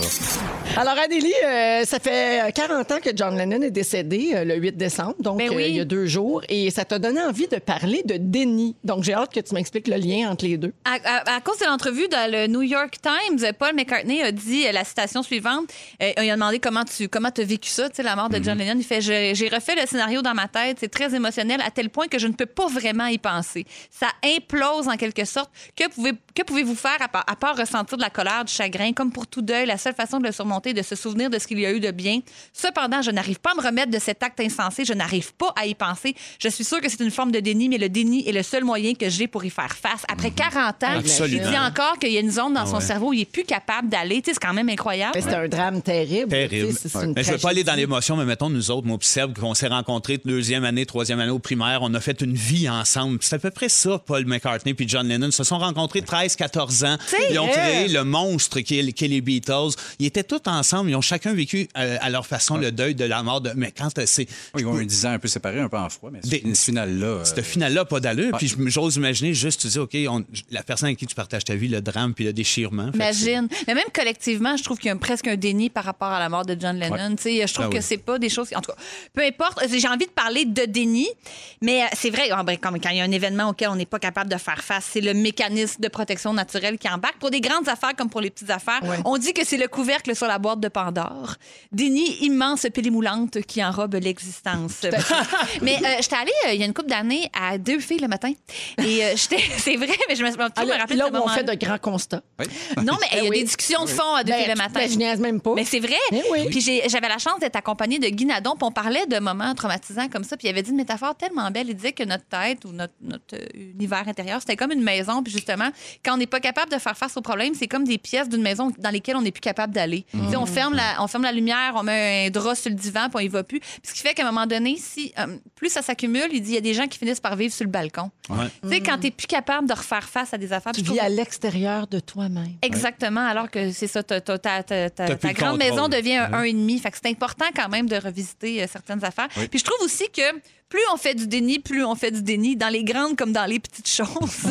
Alors, Adélie, euh, ça fait euh, 40 ans que John Lennon est décédé euh, le 8 décembre, donc Ben euh, oui. il y a deux jours, et ça t'a donné envie de parler de déni. Donc, j'ai hâte que tu m'expliques le lien entre les deux. À, à- à cause de l'entrevue dans le New York Times, Paul McCartney a dit euh, la citation suivante. Euh, il a demandé comment tu comment as vécu ça, tu sais, la mort de John Mhm. Lennon. Il fait Je- J'ai refait le scénario dans ma tête, c'est très émotionnel, à tel point que je ne peux pas vraiment y penser. Ça implose en quelque sorte. Que pouvez- que pouvez-vous faire à part, à part ressentir de la colère, du chagrin Comme pour tout deuil, la seule façon de le surmonter est de se souvenir de ce qu'il y a eu de bien. Cependant, je n'arrive pas à me remettre de cet acte insensé, je n'arrive pas à y penser. Je suis sûre que c'est une forme de déni, mais le déni est le seul moyen que j'ai pour y faire face. Après 40 ans, Absolument. il dit encore qu'il y a une zone dans son cerveau où il n'est plus capable d'aller. Tu sais, C'est quand même incroyable. Ben, c'est un drame terrible. Terrible. Tu sais, c'est- c'est une Mais je ne veux pas tragédie. aller dans l'émotion, mais mettons, nous autres, moi puis Seb, qu'on s'est rencontrés deuxième année, troisième année au primaire, on a fait une vie ensemble. C'est à peu près ça, Paul McCartney puis John Lennon. Ils se sont rencontrés 13-14 ans. Ils ont créé le monstre qui est, qui est les Beatles. Ils étaient tous ensemble. Ils ont chacun vécu euh, à leur façon le deuil de la mort de. Mais quand euh, c'est. Oui, Ils ont eu 10 ans un peu séparés, un peu en froid, mais Des- c'est une finale-là. euh, Cette finale-là, pas d'allure. Puis je- j'ose imaginer juste, tu dis, OK, on- la personne avec qui tu partages ta vie, le drame puis le déchirement. Fait que c'est- Imagine. Mais même collectivement, je trouve qu'il y a un- presque un déni par rapport à la mort de John Lennon. Tu sais, Je trouve Ah que oui. c'est pas des choses. En tout cas, peu importe. euh, J'ai envie de parler de déni, mais euh, c'est vrai, ah ben, comme quand il y a un événement auquel on n'est pas capable de faire face, c'est le mécanisme de protection naturelle qui embarque. Pour des grandes affaires comme pour les petites affaires, on dit que c'est le couvercle sur la boîte de Pandore. Déni immense, moulante qui enrobe l'existence. [laughs] mais euh, j'étais [laughs] allée euh, il y a une couple d'années à deux filles le matin. Et euh, j'étais- c'est vrai, mais je me, je Ah, me rappelle le, là ce où on moment-là. fait de grands constats. [laughs] Non, mais il y a des discussions de fond à deux Ben, télé le matin. ben, je niaise même pas. Mais c'est vrai. Ben oui. Puis j'ai- j'avais la chance d'être accompagnée de Guy Nadon, puis on parlait de moments traumatisants comme ça. Puis il avait dit une métaphore tellement belle. Il disait que notre tête ou notre, notre, euh, univers intérieur, c'était comme une maison. Puis justement, quand on n'est pas capable de faire face aux problèmes, c'est comme des pièces d'une maison dans lesquelles on n'est plus capable d'aller. Tu sais, On, ferme la, on ferme la lumière, on met un drap sur le divan, puis on y va plus. Puis ce qui fait qu'à un moment donné, si euh, plus ça s'accumule, il dit il y a des gens qui finissent par vivre sur le balcon. Tu sais, quand tu n'es plus capable de refaire face à des affaires. puis Tu je trouve vis à l'extérieur de toi-même. Exactement, alors que c'est ça, t'as- t'as- t'as- t'as- T'as ta, plus le grande contrôle. Mm-hmm. maison devient un Ouais. 1,5. Fait que c'est important quand même de revisiter euh, certaines affaires. Puis je trouve aussi que plus on fait du déni, plus on fait du déni, dans les grandes comme dans les petites choses. [laughs]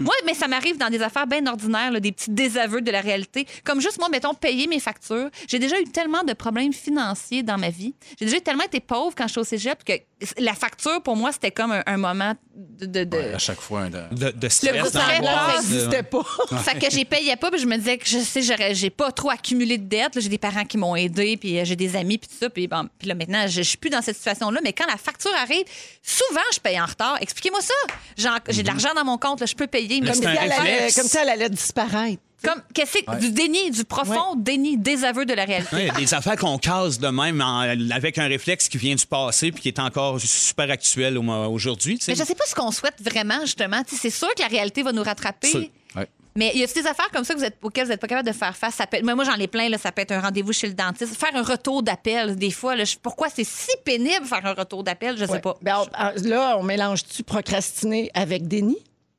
moi, mais ça m'arrive dans des affaires bien ordinaires, là, des petits désaveux de la réalité. Comme juste, moi, mettons, payer mes factures. J'ai déjà eu tellement de problèmes financiers dans ma vie. J'ai déjà tellement été pauvre quand je suis au cégep que la facture, pour moi, c'était comme un, un moment de... de- de- À chaque fois, un- De, de stress, gros stress, d'angoisse, là, de- C'était pas. Ah. fait que j'ai payais pas, puis je me disais que je sais, j'aurais- j'ai pas trop accumulé de dettes. là. J'ai des parents qui m'ont aidé, puis euh, j'ai des amis, puis tout ça. Puis bon, puis là, maintenant, je je suis plus dans cette situation-là. Mais quand la facture arrive, souvent, je paye en retard. Expliquez-moi ça. J'en- J'ai de l'argent dans mon compte, là, je peux payer. Mais Mhm. c'est Comme si, un elle allait, réflexe. comme si elle allait disparaître. comme, qu'est-ce que c'est? Du déni, du profond déni, désaveu de la réalité. Ouais, il y a des affaires qu'on casse de même en- avec un réflexe qui vient du passé puis qui est encore super actuel au- aujourd'hui. tu sais. Mais je sais pas ce qu'on souhaite vraiment, justement. Tu sais, c'est sûr que la réalité va nous rattraper. Sûr. Ouais. Mais il y a des affaires comme ça que vous êtes, auxquelles vous n'êtes pas capable de faire face. Ça peut être- moi, moi, j'en ai plein. Là, ça peut être un rendez-vous chez le dentiste. Faire un retour d'appel, des fois. là, je- pourquoi c'est si pénible faire un retour d'appel? Je sais Ouais. pas. Ben, on- là, on mélange-tu procrastiner avec déni?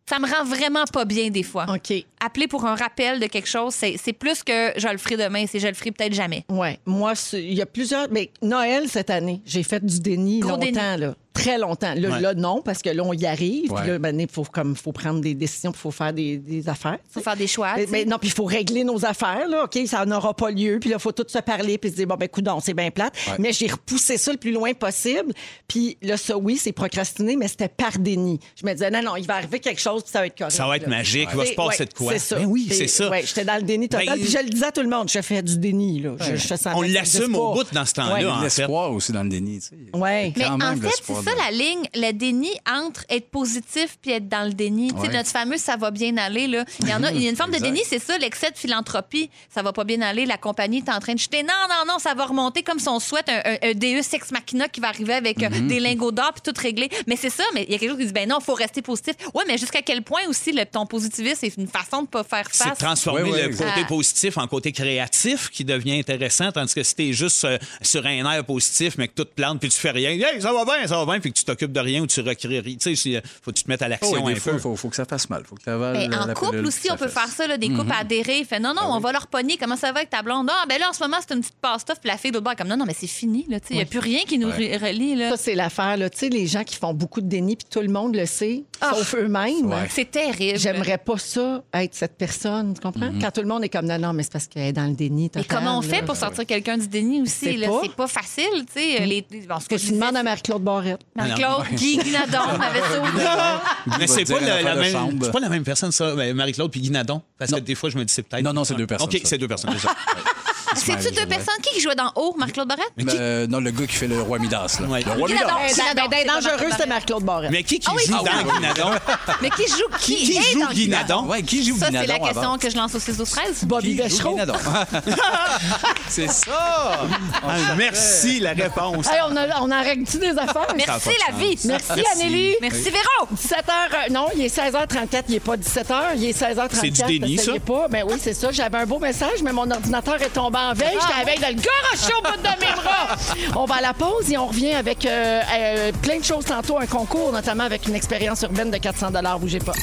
Ça me rend vraiment pas bien, des fois. OK. Appeler pour un rappel de quelque chose, c'est c'est plus que je le ferai demain, c'est je le ferai peut-être jamais. Ouais, moi, c'est- il y a plusieurs. Mais Noël cette année, j'ai fait du déni Gros longtemps, déni. là. Très longtemps. Là, Ouais. là, non, parce que là, on y arrive. Ouais. Puis là, ben, il faut, comme, faut prendre des décisions, il faut faire des, des affaires. tu sais. Faut faire des choix, Mais, tu sais. mais non, puis il faut régler nos affaires, là. OK, ça n'aura pas lieu. Puis là, il faut tout se parler, puis se dire, bon, ben, coudon, c'est bien plate. Mais j'ai repoussé ça le plus loin possible. Puis là, ça, oui, c'est procrastiné, mais c'était par déni. Je me disais, non, non, il va arriver quelque chose, puis ça va être correct. Ça va être là. magique, il va se C'est- passer ouais, de quoi. C'est ça. Ben oui, c'est Puis, ça. ouais, j'étais dans le déni total. Ben, puis je le disais à tout le monde, je fais du déni. Là. Je- je sentais on que ça l'assume existe au pas. bout dans ce temps-là. Ouais. en fait. l'espoir aussi dans le déni. tu sais. Ouais. Mais Quand en même, fait, c'est l'espoir ça de- la ligne, le déni entre être positif puis être dans le déni. Tu sais, Ouais. Notre fameux ça va bien aller. Là. Il, y en a, il y a une forme de [laughs] Exact. déni, c'est ça, l'excès de philanthropie. Ça va pas bien aller, la compagnie est en train de jeter. Non, non, non, ça va remonter comme si on souhaite un, un- un Deus ex machina qui va arriver avec euh, Mm-hmm. des lingots d'or puis tout réglé. Mais c'est ça, mais il y a quelque chose qui dit ben non, faut rester positif. Ouais, mais jusqu'à quel point aussi le, ton positivisme, c'est une façon de pas faire C'est de face. transformer Ouais, ouais, le exact. côté Ah. positif en côté créatif qui devient intéressant, tandis que si t'es juste euh, sur un air positif, mais que tout te plante, puis tu fais rien, Hey, ça va bien, ça va bien, puis que tu t'occupes de rien ou tu recrées rien. Tu sais, c'est- faut que tu te mettes à Oh, l'action ouais, un des fois, peu. il faut, faut que ça fasse mal. faut que t'avales, Mais euh, en la couple pilule, Ah aussi, que on peut fasse. faire ça, là, des Mhm. couples adhérés. Fait non, non, on va leur pogner. Comment ça va avec ta blonde? Ah, ben là, en ce moment, c'est une petite passe-toffe. Puis la fille d'autre bord, est comme non, non, mais c'est fini, là. Il n'y a plus rien qui nous re- relie, là. Ça, c'est l'affaire, là. Tu sais, les gens qui font beaucoup de déni, puis tout le monde le sait, Ah. sauf eux-mêmes. Ouais. C'est terrible. J'aimerais pas ça, être cette personne, tu comprends? Mm-hmm. Quand tout le monde est comme, non, non, mais c'est parce qu'elle est dans le déni. Mais total, comment on fait là. pour sortir quelqu'un du déni aussi? sais là? pas. C'est pas facile, tu sais. Les... Bon, ce que Que je tu disais, demandes à Marie-Claude Barrette. Marc-Claude, Ah Guy [laughs] Guinadon m'avait sauvé. Mais va c'est dire pas, une la- affaire la de même- chambre. c'est pas la même personne, ça, mais Marie-Claude puis Guinadon. Parce que des fois, je me dis c'est peut-être. Ah. Non, non, c'est deux personnes, OK, ça. c'est deux personnes. c'est ça. Ah, C'est-tu deux personnes? Qui qui jouait dans Haut, Marc-Claude Barrette? Mais, euh, non, le gars qui fait le roi Midas. Là. Ouais. Le roi Guinadon. Midas. Ben, Guinadon, ben, ben, c'est pas dangereux, Marie-Claude c'est Marie-Claude Barrette. Mais qui, qui Ah oui, joue ah dans oui. Guinadon? Mais qui joue qui? Qui est joue dans Guinadon? Ouais, qui joue Ça, Guinadon c'est la question avant? que je lance au 6 13 Bobby Qui joue Bechereau. Guinadon? c'est ça! Ah, Merci la réponse. Hey, on, a, on en règle-tu des affaires? Merci, la vie. Merci, Anneli. Merci, Véro. 17h, euh, non, il est 16h34, il n'est pas 17h, il est 16h34. C'est du déni, parce que ça? est pas. Ben oui, c'est ça. J'avais un beau message, mais mon ordinateur est tombé en veille. J'étais à la veille de le garrocher au bout de mes [laughs] bras. On va à la pause et on revient avec euh, euh, plein de choses tantôt, un concours, notamment avec une expérience urbaine de 400 bougez pas.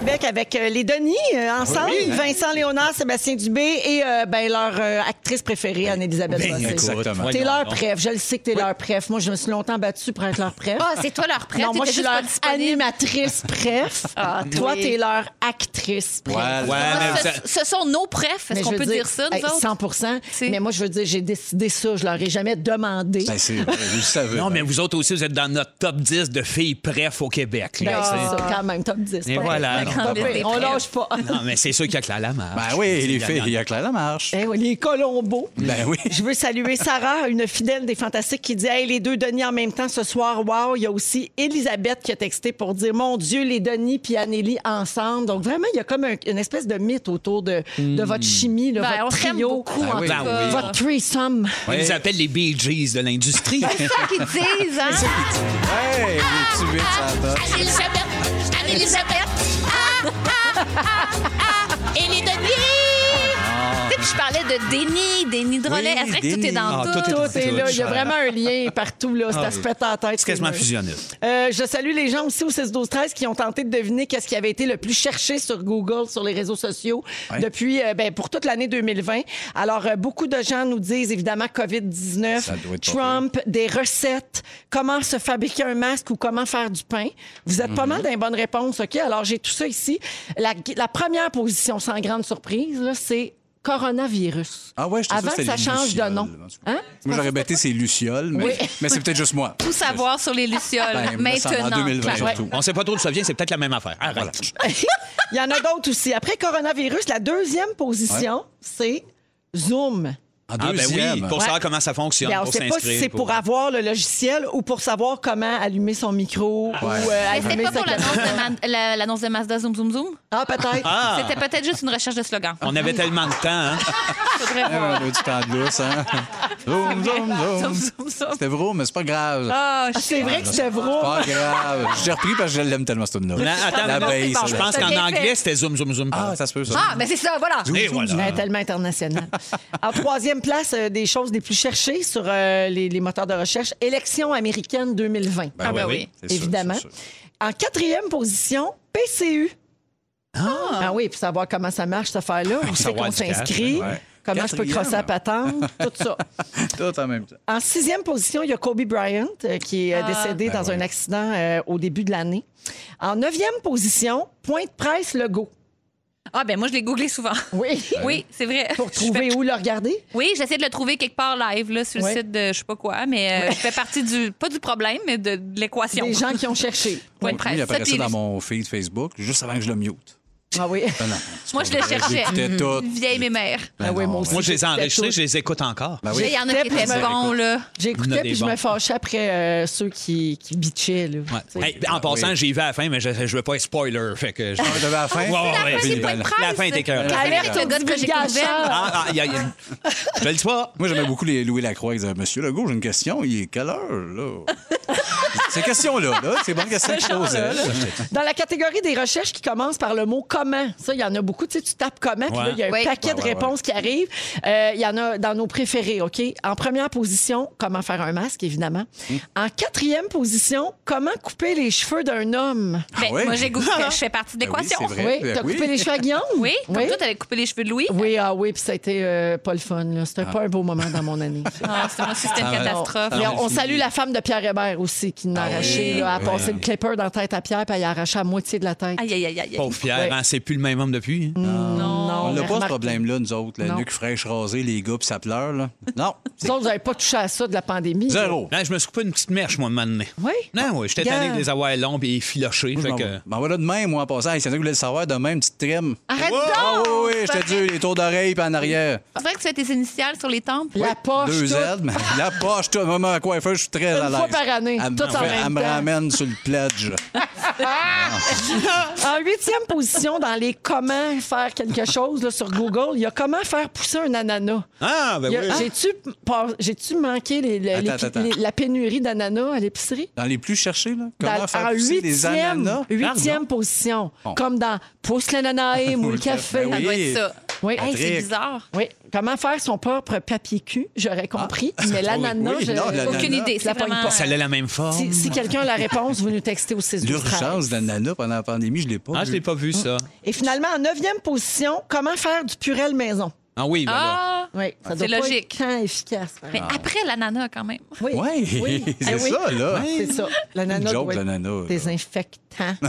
Québec avec euh, les Denis euh, ensemble, hein. Vincent Léonard, Sébastien Dubé et euh, ben, leur euh, actrice préférée, Anne-Elisabeth Ben, Bossé. écoute, Exactement. voyons T'es leur donc. préf. Je le sais que t'es leur préf. Moi, je me suis longtemps battue pour être leur préf. Ah, c'est toi leur prêtre. Non, moi, je suis t'étais leur juste pas disponible. animatrice préf. [laughs] Ah, Toi, oui. t'es leur actrice préf. Voilà. Ouais, Ah, mais Ce- ça- Ce sont nos prefs. Est-ce Mais qu'on je peut veux dire, ça, nous hey, autres? 100 C'est- Mais moi, je veux dire, j'ai décidé ça. Je leur ai jamais demandé. Ben, c'est vrai, vous le Ben savez. Non, mais vous autres aussi, vous êtes dans notre top 10 de filles préf au Québec. Ben, là, c'est tu sais. ça, quand même, top 10. Et pas voilà. vrai. Donc, grande liste des On prêts. lâche pas. [laughs] Non, mais c'est sûr qu'il y a que la la marche. Ben oui, les filles, il y a que la marche. Eh oui, les colombos. Ben oui. Je veux saluer Sarah, une fidèle des Fantastiques, qui dit Hey, les deux Denis en même temps ce soir, wow. Il y a aussi Elisabeth qui a texté pour dire Mon Dieu, les Denis puis Anneli ensemble. Donc, vraiment, il y a comme un- une espèce de mythe autour de, de votre chimie, là, Ben, on votre s'aime trio. beaucoup, Ben en oui. tout Ben cas. oui. Votre threesome. Ils nous appellent les Bee Gees de l'industrie. C'est ça qu'ils disent, hein? Hey, tu vite, ça Anne-Elisabeth! Anne-Elisabeth! Ah, ah, ah, ah! Et les Denis! Tu sais, puis je parlais de déni, déni de relais. Oui, C'est vrai que tout déni. est dans Ah, tout. tout est dans Tout est là. Il y a vraiment un lien partout, là. Ah Ça oui. se pète en tête. C'est quasiment mur. fusionniste. Euh, je salue les gens aussi au 16-12-13 qui ont tenté de deviner qu'est-ce qui avait été le plus cherché sur Google, sur les réseaux sociaux, Ouais. depuis, euh, ben, pour toute l'année 2020. Alors, euh, beaucoup de gens nous disent, évidemment, Ça doit COVID-19, être pas Trump, des recettes, comment se fabriquer un masque ou comment faire du pain. Vous Mhm. êtes pas mal dans les bonnes réponses, OK? Alors, j'ai tout ça ici. La, la première position, sans grande surprise, là, c'est coronavirus. Ah ouais, je Avant que ça change de nom. Hein? Moi, j'aurais bêté c'est Luciole, mais, Oui. mais c'est peut-être juste moi. Tout savoir sur les Lucioles, Ben, me semble, maintenant. en 2020 Claire. surtout. On sait pas trop d'où ça vient, c'est peut-être la même affaire. Arrête. Il y en a d'autres aussi. Après coronavirus, la deuxième position, c'est Zoom. En Ah, ben oui, deuxième. pour savoir comment ça fonctionne, Bien, on pour sait pas si s'inscrire. c'est pour avoir le logiciel ou pour savoir comment allumer son micro ou euh, Mais allumer C'était pas sa pour l'annonce de, Ma- la- l'annonce de Mazda Zoom Zoom Zoom? Ah, peut-être. Ah, C'était peut-être juste une recherche de slogan. on avait tellement de temps. Hein? Faudrait Ah, voir. on a eu du temps de lousse, [laughs] hein? Zoom, zoom, Zoom zoom. Zoom Zoom. C'était vrai, mais c'est pas grave. Ah, je C'est vrai que c'était vrai. C'est Pas grave. J'ai repris parce que je l'aime tellement, cette tune-là. Non, attends, La non, baisse. je là. pense T'as qu'en bien fait. anglais, c'était zoom, zoom, zoom. Ah, ça se peut, ça. Ah, ben c'est ça, voilà. Et Elle est voilà. tellement international. en troisième place, euh, des choses les plus cherchées sur euh, les, les moteurs de recherche, élection américaine 2020, Ah, ben ouais, oui. c'est sûr, évidemment. c'est sûr. En quatrième position, PCU. Ah. oui, pour savoir comment ça marche, cette affaire-là, où c'est Ah, savoir qu'on du cash, s'inscrit, ouais. comment je peux Quatrième. crosser à patente, tout ça. Tout en même temps. En sixième position, il y a Kobe Bryant euh, qui est Ah. euh, décédé Ben dans oui. un accident euh, au début de l'année. En neuvième position, point de presse Legault. Ah, ben moi, je l'ai googlé souvent. Oui. Euh, Oui, c'est vrai. Pour Je fais- trouver où le regarder. Oui, j'essaie de le trouver quelque part live là, sur Ouais. le site de je sais pas quoi, mais euh, je fais partie du pas du problème, mais de, de l'équation. Les gens qui ont [laughs] cherché. Point de Lui, presse. il Ça, apparaissait puis dans les- mon feed Facebook juste avant que je le mute. Ah oui. Ah, non, c'est Moi, pas je le vrai. cherchais. J'écoutais tout. Une vieille mémère. Ah oui, moi aussi. Ben Moi, je les ai enregistrés, Tout. je les écoute encore. Ben oui. Il y en a qui J'écoutais, étaient puis je me- bons, Il là. y en J'écoutais a des puis je bons. me fâchais après euh, ceux qui, qui bitchaient. Là. Ouais. Hey, en passant, Oui. j'y vais à la fin, mais je, je veux pas être spoiler. Fait que je... Ah, devant la fin? Ouais, ouais, C'est ouais, la fin fini. des points de La presse. fin est écœurante. La- Alerte au gars que j'ai couvert. Ah, ah, y a- y a- Je le dis pas. Moi, j'aimais beaucoup les Louis Lacroix. Ils disaient Monsieur Legault, j'ai une question. Il est quelle heure, [laughs] là Ces questions-là, là, c'est bonnes questions que je posais. hein. Dans la catégorie des recherches qui commencent par le mot comment, ça, il y en a beaucoup. Tu sais, tu tapes comment, puis là, il y a un Ouais. paquet de Ouais, ouais, réponses qui arrivent. Euh, Il y en a dans nos préférés, OK? En première position, comment faire un masque, évidemment. Hmm. En quatrième position, comment couper les cheveux d'un homme. Ah Ben, ouais? Moi, j'ai goûté. Je fais partie de Ben oui, l'équation. c'est vrai. Oui, ben t'as oui. coupé les cheveux à Guillaume? Oui, comme toi, t'avais coupé les cheveux de Louis. Oui, ah oui, puis ça a été euh, pas le fun. là. C'était pas un beau moment dans mon année. [laughs] Ah, c'était moi aussi, c'était une Ah, catastrophe. Mais on, on salue la femme de Pierre Hébert aussi, qui l'a arraché, oui, Ah là, a oui. passé le clipper dans la tête à Pierre, puis elle a arraché la moitié de la tête. Aïe, aïe, aïe, aïe. Pauvre Pierre, Ouais. hein, c'est plus le même homme depuis. hein. Non, On mais n'a pas ce remarque- problème-là, nous autres. La Non. nuque fraîche rasée, les gars, puis ça pleure. Là. Non, c'est Vous autres, vous n'avez pas touché à ça de la pandémie. zéro. Là, je me suis coupé une petite mèche, moi, de donné. Oui? Non, oui, j'étais Gars. tanné de les avoir longs et filochés. Moi, je Fait m'en que... vais- m'en vais Ben, là demain, moi, en passant. Hey, C'est ça que vous voulez le savoir, demain, une petite trim. Arrête donc! Ah oui, oui, je C'est te dis, les tours d'oreille, puis en arrière. vrai que tu as tes initiales sur les tempes? La poche. Deux tout. aides, mais la poche, toi, maman, coiffeur, je suis très à l'aise. fois par année, Elle me tout en fait- même Elle me temps. ramène sur le pledge. En huitième position, dans les comment faire quelque chose là, sur Google, il y a comment faire pousser un ananas. Ah, ben Il y a- oui. J'ai-tu pas- j'ai-tu manqué les- les- Attends, les- attends. les- la pénurie d'ananas à l'épicerie? Dans les plus cherchés, là, comment Dans- faire en pousser des huitième, ananas? huitième position, Bon. comme dans Pousse [laughs] l'ananas ou le café. Ah, Ben Ça doit être ça. Oui. Hey, c'est Patrick. bizarre. Oui. Comment faire son propre papier cul, j'aurais compris. Ah, mais l'ananas, oui, je- non, l'ananas. Aucune idée. Je la C'est pogne vraiment... pas. Ça allait la même forme. Si, si quelqu'un a la réponse, vous nous textez au 6 12 13. L'urgence d'ananas pendant la pandémie, je ne l'ai pas. Ah, je vu. l'ai pas vu, ça. Et finalement, en neuvième position, comment faire du purel maison? Ah oui, ben là. Ah! Oui, ça C'est doit pas logique. être tant efficace. par Mais exemple. après l'ananas, quand même. Oui, Ouais, oui. [laughs] c'est Ah oui. ça, là. Oui, C'est ça. L'ananas Une joke, doit être l'ananas, là. désinfectant.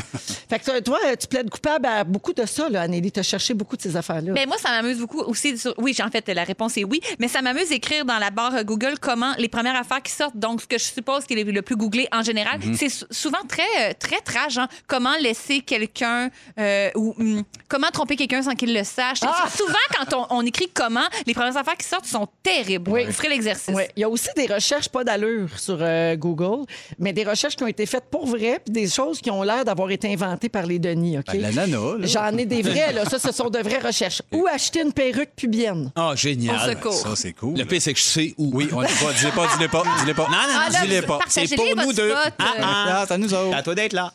[laughs] fait que toi, toi, tu plaides coupable à beaucoup de ça, là, Anneli. Tu as cherché beaucoup de ces affaires-là. Ben moi, ça m'amuse beaucoup aussi. sur- Oui, en fait, la réponse est oui, mais ça m'amuse d'écrire dans la barre euh, Google comment les premières affaires qui sortent. Donc, ce que je suppose qu'il est le plus googlé en général, Mhm. c'est sou- souvent très, euh, très trash. hein. Comment laisser quelqu'un euh, ou hum, comment tromper quelqu'un sans qu'il le sache. Ah! C'est [laughs] Souvent, quand on, on écrit comment, les premières affaires qui sortent sont terribles. Oui. Vous ferez l'exercice. Ouais. Il y a aussi des recherches pas d'allure sur euh, Google, mais des recherches qui ont été faites pour vrai, puis des choses qui ont l'air d'avoir été inventées par les Denis. OK? Ben, l'ananas, là. J'en ai des vraies, là. Ça, ce sont de vraies recherches. Ou acheter une perruque pubienne. Ah, génial. Au secours. Ça, c'est cool. Le pire, c'est que je sais où. Oui, on ne pas. Dis-le pas, dis-le pas, dis-le pas. [laughs] Non, non, non, Ah, là, dis-le pas. partagez-les, C'est pour votre nous deux. spot, Ah, euh, ah. Ah, c'est à nous autres. À toi d'être là.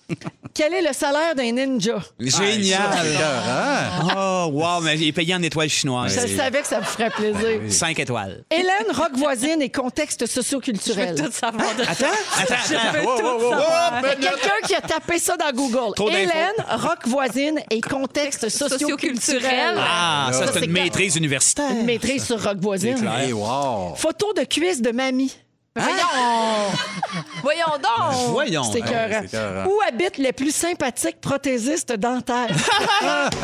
Quel est le salaire d'un ninja? Ah, c'est Génial. écœurant. Oh, wow, mais il est payé en étoiles chinoises. Je le savais que ça vous ferait plaisir. Cinq étoiles. Hélène, rock voisine et contexte Je veux socioculturel. tout savoir de Attends, attends, attends. Wow, wow, Oh, wow, wow. Il y a quelqu'un qui a tapé ça dans Google. Trop d'infos. Hélène, rock voisine et contexte socioculturel. Socioculturel. Ah, ça, c'est une maîtrise universitaire. Une maîtrise sur rock voisine. Hey, wow. Photo de cuisse de mamie. Ah! Voyons Ah. donc. Voyons. C'est écœurant. c'est écœurant. Où habitent les plus sympathiques prothésistes dentaires? [laughs]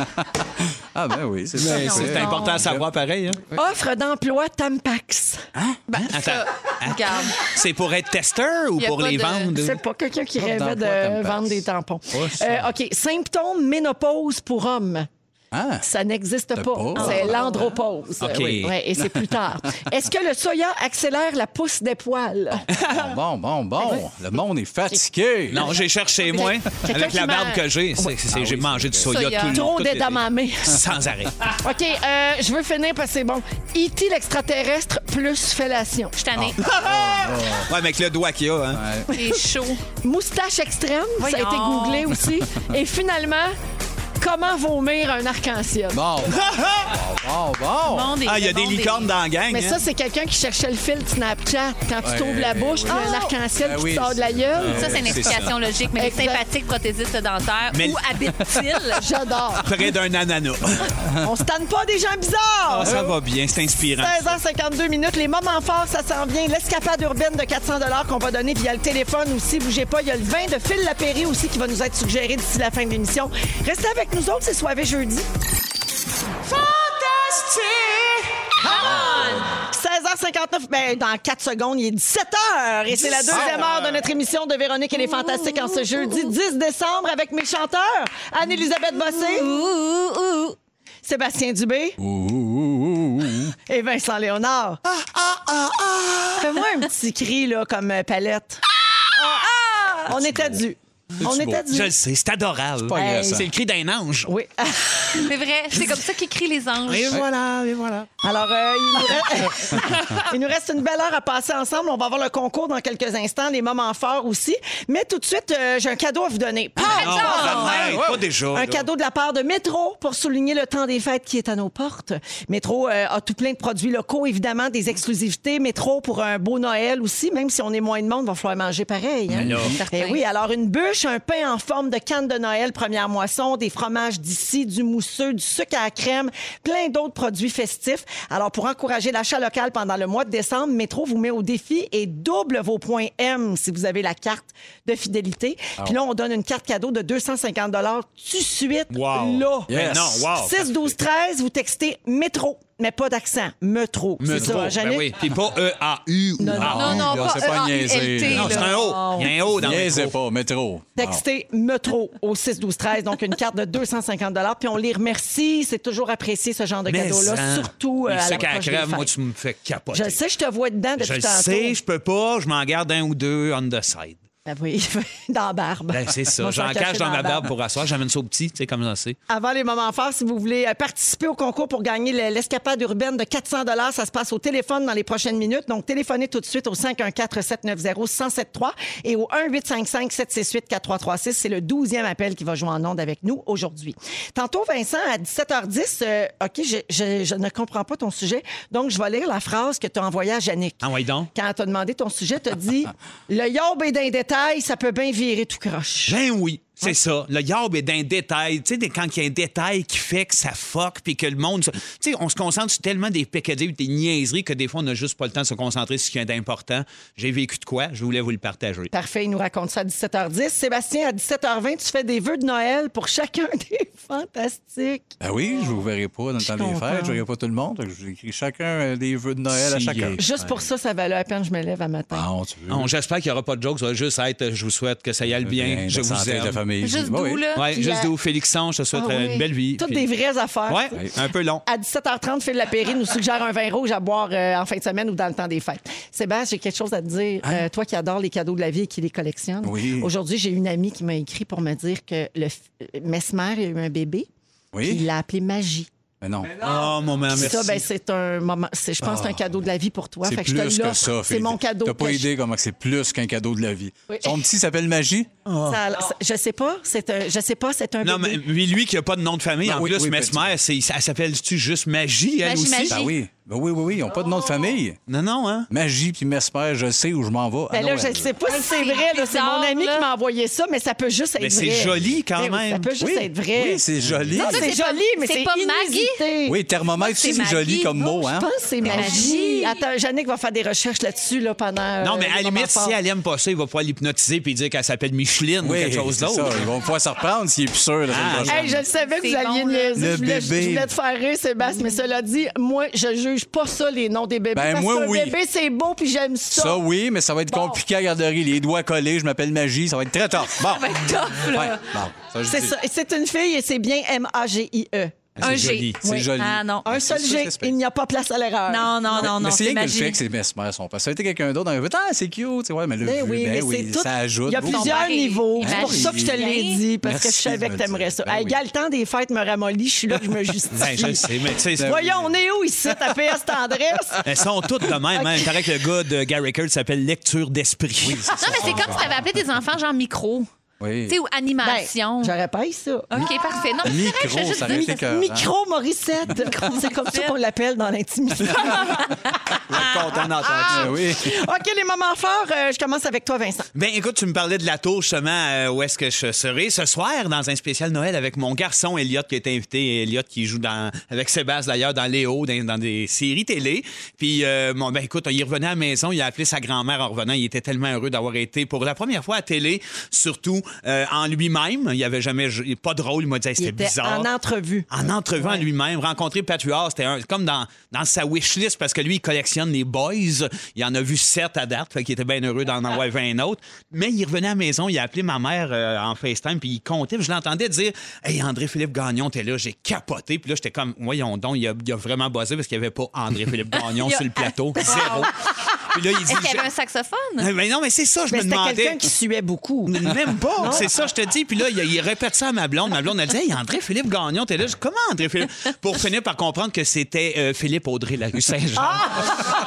Ah, ben oui, c'est Ben, ça. C'est important à savoir pareil. hein. Offre d'emploi Tampax. Attends, Regarde. c'est pour être testeur ou Y a pour pas les de- vendre? C'est pas quelqu'un qui rêvait d'emploi de Tampax. vendre des tampons. Pas ça. Euh, OK. Symptômes ménopause pour hommes. Ah, Ça n'existe pas. pas. Ah. C'est l'andropause. OK. Oui, ouais, et c'est plus tard. Est-ce que le soya accélère la pousse des poils? Ah, bon, bon, bon, bon. Le monde est fatigué. Non, j'ai cherché chez moi, quelqu'un avec la qui barbe m'a- que j'ai. c'est- Ah c'est- j'ai mangé du soya, Soya. tout le Trop tout l'été. d'édamamé. [laughs] Sans arrêt. OK, euh, je veux finir parce que c'est bon. E.T. l'extraterrestre plus fellation. Je suis tannée. Ah. Ouais, avec le doigt qu'il y a. Hein. [laughs] C'est chaud. Moustache extrême, ça a été Voyons. googlé aussi. Et finalement, comment vomir un arc-en-ciel? Bon, Ben [laughs] bon, bon, bon. Monde est- Ah, il y a le des monde est- licornes dans la gang. Mais hein. ça, c'est quelqu'un qui cherchait le fil de Snapchat. Quand tu Ouais, t'ouvres la ouais, bouche, ouais. tu as un arc-en-ciel Ah qui oui, sort de la gueule. Ça, c'est une C'est explication logique, mais les Exact. sympathiques prothésistes dentaires, Mais- où habitent-ils? J'adore. Près d'un ananas. On se tanne pas des gens bizarres. Ah, ça va bien, c'est inspirant. 16h52 minutes. Les moments forts, ça s'en vient. L'escapade urbaine de 400 qu'on va donner. Puis il y a le téléphone aussi. Bougez pas. Il y a le vin de Phil Lapéry aussi qui va nous être suggéré d'ici la fin de l'émission. Restez avec nous autres. C'est soirée jeudi. Fantastique! Come on! 16h59, ben, dans 4 secondes, il est 17h. Et c'est la deuxième heure de notre émission de Véronique et les Fantastiques en ce jeudi 10 décembre avec mes chanteurs Anne-Élisabeth Bossé, Sébastien Dubé [laughs] et Vincent Léonard. Ah, Fais-moi un petit cri, là, comme euh, palette. Ah! On était dû. On C'est beau. était dû. Je le sais, c'est adorable. pas Hey. agressant. C'est le cri d'un ange. Oui. C'est vrai, c'est comme ça qu'écrit les anges. [laughs] voilà, et voilà. Alors, euh, il, nous reste... [laughs] [laughs] il nous reste une belle heure à passer ensemble. On va avoir le concours dans quelques instants, les moments forts aussi. Mais tout de suite, euh, j'ai un cadeau à vous donner. Ah, Pam! Non, arrête, pas déjà. Un là. cadeau de la part de Métro pour souligner le temps des fêtes qui est à nos portes. Métro euh, a tout plein de produits locaux, évidemment, des exclusivités. Métro pour un beau Noël aussi, même si on est moins de monde, va falloir manger pareil. hein. Alors. Eh oui, alors une bûche, un pain en forme de canne de Noël, première moisson, des fromages d'ici, du mousseux, du sucre à la crème, plein d'autres produits festifs. Alors pour encourager l'achat local pendant le mois de décembre, Métro vous met au défi et double vos points M si vous avez la carte de fidélité. Puis là, on donne une carte cadeau de 250 dollars tout de suite Wow. là. Mais Yes. non, wow. 6 12 13, vous textez métro, mais pas d'accent, métro. Me C'est ça, hein, trop. Jeannick? Ben oui. Puis pas E-A-U ou A. Non, non, là, pas, c'est Ah, pas niaiser, E-A-U-L-T, là. Non, c'est là. un O. Il y a un O dans le Niaisez micro. pas, métro. Textez métro au 6 12 13 donc une carte de 250 dollars puis on les remercie, c'est toujours apprécié ce genre de Mais hein, cadeau là, ça. surtout euh, Le à sucre à la l'approche des crème, moi, fêtes. tu me fais capoter. Je le sais, je te vois dedans Je depuis le tantôt. sais, je peux pas, je m'en garde un ou deux on the side. Ben oui, [laughs] dans la barbe. Ben, [laughs] c'est ça. Moi, je vais J'en en cacher cache dans la ma barbe pour asseoir. J'amène ça au petit, tu sais, comme j'en sais. Avant les moments forts, si vous voulez euh, participer au concours pour gagner le- l'escapade urbaine de 400 dollars, ça se passe au téléphone dans les prochaines minutes. Donc téléphonez tout de suite au 514 790 1073 et au 1 855 768 4336, c'est le 12e appel qui va jouer en onde avec nous aujourd'hui. Tantôt Vincent à 17h10, euh, OK, je, je- je ne comprends pas ton sujet. Donc je vais lire la phrase que tu as envoyée à Yannick. Envoyez donc. Quand elle t'a [laughs] demandé ton sujet, tu as dit le yob est d'un détail, ça peut bien virer tout croche. Ben oui, C'est ça. Le yab est d'un détail. Tu sais, des- quand il y a un détail qui fait que ça fuck puis que le monde. se- Tu sais, on se concentre sur tellement des pécadilles ou des niaiseries que des fois, on n'a juste pas le temps de se concentrer sur ce qui est important. J'ai vécu de quoi? Je voulais vous le partager. Parfait, il nous raconte ça à 17h10. Sébastien, à 17h20, tu fais des vœux de Noël pour chacun [laughs] des fantastiques. Ben oui, je vous verrai pas dans le temps des content. fêtes, je verrai pas tout le monde. Donc, J'ai écrit chacun euh, des vœux de Noël à Si, chacun. Ah, euh, Juste pour ça, ça valait la peine, je me lève à matin. Bon, tu veux. On- J'espère qu'il n'y aura pas de jokes. Ça va juste être je vous souhaite que ça y aille bien. Bien, je la vous santé aime. de la famille. Ben Juste d'où, là, [laughs] Ouais, puis juste la- d'où, Félixon. Je te souhaite Ah oui. une belle vie. Toutes des Puis- vraies affaires. Ouais, tu sais. un peu long. À 17h30, Phil Lapéry nous suggère un vin rouge à boire euh, en fin de semaine ou dans le temps des fêtes. Sébastien, j'ai quelque chose à te dire. Euh, toi qui adores les cadeaux de la vie et qui les collectionne. Hein? Oui. Aujourd'hui, j'ai une amie qui m'a écrit pour me dire que le f- euh, Mesmer a eu un bébé. Oui. puis Il l'a appelé Magie. Mais non. Oh, mon mère, Puis merci. Ça, ben, c'est un moment. c'est- Je pense que c'est un cadeau de la vie pour toi. Ah. C'est Fait que plus je te que l'offre. ça, C'est Phil. mon cadeau. T'as pas que je- idée comment que c'est plus qu'un cadeau de la vie. Oui. Son petit s'appelle Magie. Ça- Ah. ça- je sais pas. C'est un. Je sais pas. C'est un. Ah. Non, mais bébé. lui, lui qui n'a pas de nom de famille, Ben en oui, plus, oui, Mesmer, c'est- ça s'appelle-tu juste Magie, elle Magie, aussi? Magie. Ben oui. Ben oui, oui, oui. Ils n'ont pas de nom Oh. de famille. Non, non, hein? Magie puis Mesper, je sais où je m'en vais. à Ah, Ben là, Noël. je sais pas si c'est c'est vrai. là. C'est bizarre, mon ami là. qui m'a envoyé ça, mais ça peut juste être Mais vrai. c'est joli quand Ben oui, Ça même. peut juste Oui. être vrai. Oui, c'est joli. Non, c'est c'est pas- joli, mais c'est c'est pas inusité. Oui, thermomètre, C'est c'est joli Magie. comme mot, Oh, Je hein? pense que c'est magie. Attends, Yannick va faire des recherches là-dessus là, pendant. Non, euh, mais à les la moments limite, forts. si elle aime pas ça, il va pouvoir l'hypnotiser puis dire qu'elle s'appelle Micheline ou Oui, quelque chose c'est ça. d'autre. Ils vont pouvoir se reprendre s'il est plus sûr. la semaine Ah. prochaine. Hey, je le savais que vous C'est alliez bon, là. Mm. niaiser. Le je, voulais, je bébé. voulais te faire rire, Sébastien, mais cela dit, moi, je juge pas ça, les noms des bébés. Ben, parce moi, qu'un oui. bébé, c'est beau, puis j'aime ça. Ça, oui, mais ça va être compliqué à la garderie. Les doigts collés, je m'appelle Magie, ça va être [laughs] très tard. Bon. ça va être tough, là. C'est ça. Et C'est une fille et c'est bien M-A-G-I-E. Un G. joli, c'est Oui. joli. Ah non. Un Mais seul c'est ça, G, c'est il n'y a pas place à l'erreur. Non, non, non, non. mais c'est rien que le magique. fait que c'est Mesmer son passé. Ça a été quelqu'un d'autre dans le Ah, c'est cute. Tu sais, ouais, mais le Ben vu, oui, ben mais oui, c'est tout. ça ajoute. Il y a beaucoup. plusieurs Comparé. niveaux. C'est pour Imagine. ça que je te l'ai dit, parce que je Merci savais de que me tu aimerais le ça. dire. Ben Hey, oui. gars, le temps des fêtes me ramollit. Je suis là que je me Ben, je le justifie. sais, mais tu sais, [laughs] c'est- Voyons, on est où ici, ta PS [laughs] tendresse? elles sont toutes de même. Hein. Il paraît que le gars de Gary Kurt s'appelle Lecture d'esprit. Non, mais c'est comme si t'avais appelé des enfants genre micro. Oui. Tu sais, ou Ben, animation. J'aurais pas eu ça. OK, parfait. Non, mais c'est vrai, je voulais Micro, juste ça dire aurait été que- cœur. [laughs] Micro Morissette. C'est comme ça qu'on l'appelle dans l'intimité. [laughs] Content d'entendre ça. Ah, oui. OK, les moments forts, euh, je commence avec toi, Vincent. Ben écoute, tu me parlais de la tour justement euh, où est-ce que je serai ce soir dans un spécial Noël avec mon garçon Elliot qui est invité, Elliot qui joue dans avec Sébastien d'ailleurs dans Léo dans, dans des séries télé. Puis euh, bon, ben écoute, il revenait à la maison, il a appelé sa grand-mère en revenant, il était tellement heureux d'avoir été pour la première fois à télé, surtout euh, en lui-même, il avait jamais jou- pas drôle, il m'a dit Hey, Il c'était était bizarre. en entrevue. En entrevue en lui-même, rencontrer Patriard, c'était un- comme dans, dans sa wishlist parce que lui, il collectionne les boys. Il en a vu sept à date, fait qu'il était bien heureux d'en avoir 20 autres. Mais il revenait à la maison, il a appelé ma mère euh, en FaceTime, puis il comptait. puis je l'entendais dire Hey, André-Philippe Gagnon, t'es là, j'ai capoté. Puis là, j'étais comme Voyons donc, il a, il a vraiment buzzé parce qu'il n'y avait pas André-Philippe Gagnon [laughs] Il a- sur le plateau. Zéro. Puis là, il dit Est-ce qu'il y avait un Je- saxophone? Mais non, mais c'est ça, je Mais me c'était demandais. quelqu'un qui suait [laughs] beaucoup. Même pas. C'est ça, je te dis. Puis là, il, il répète ça à ma blonde. Ma blonde, elle dit Hey, André-Philippe Gagnon, t'es là. Je dis, Comment André-Philippe Pour finir par comprendre que c'était euh, Philippe Audrey Larue Saint-Jean. Ah!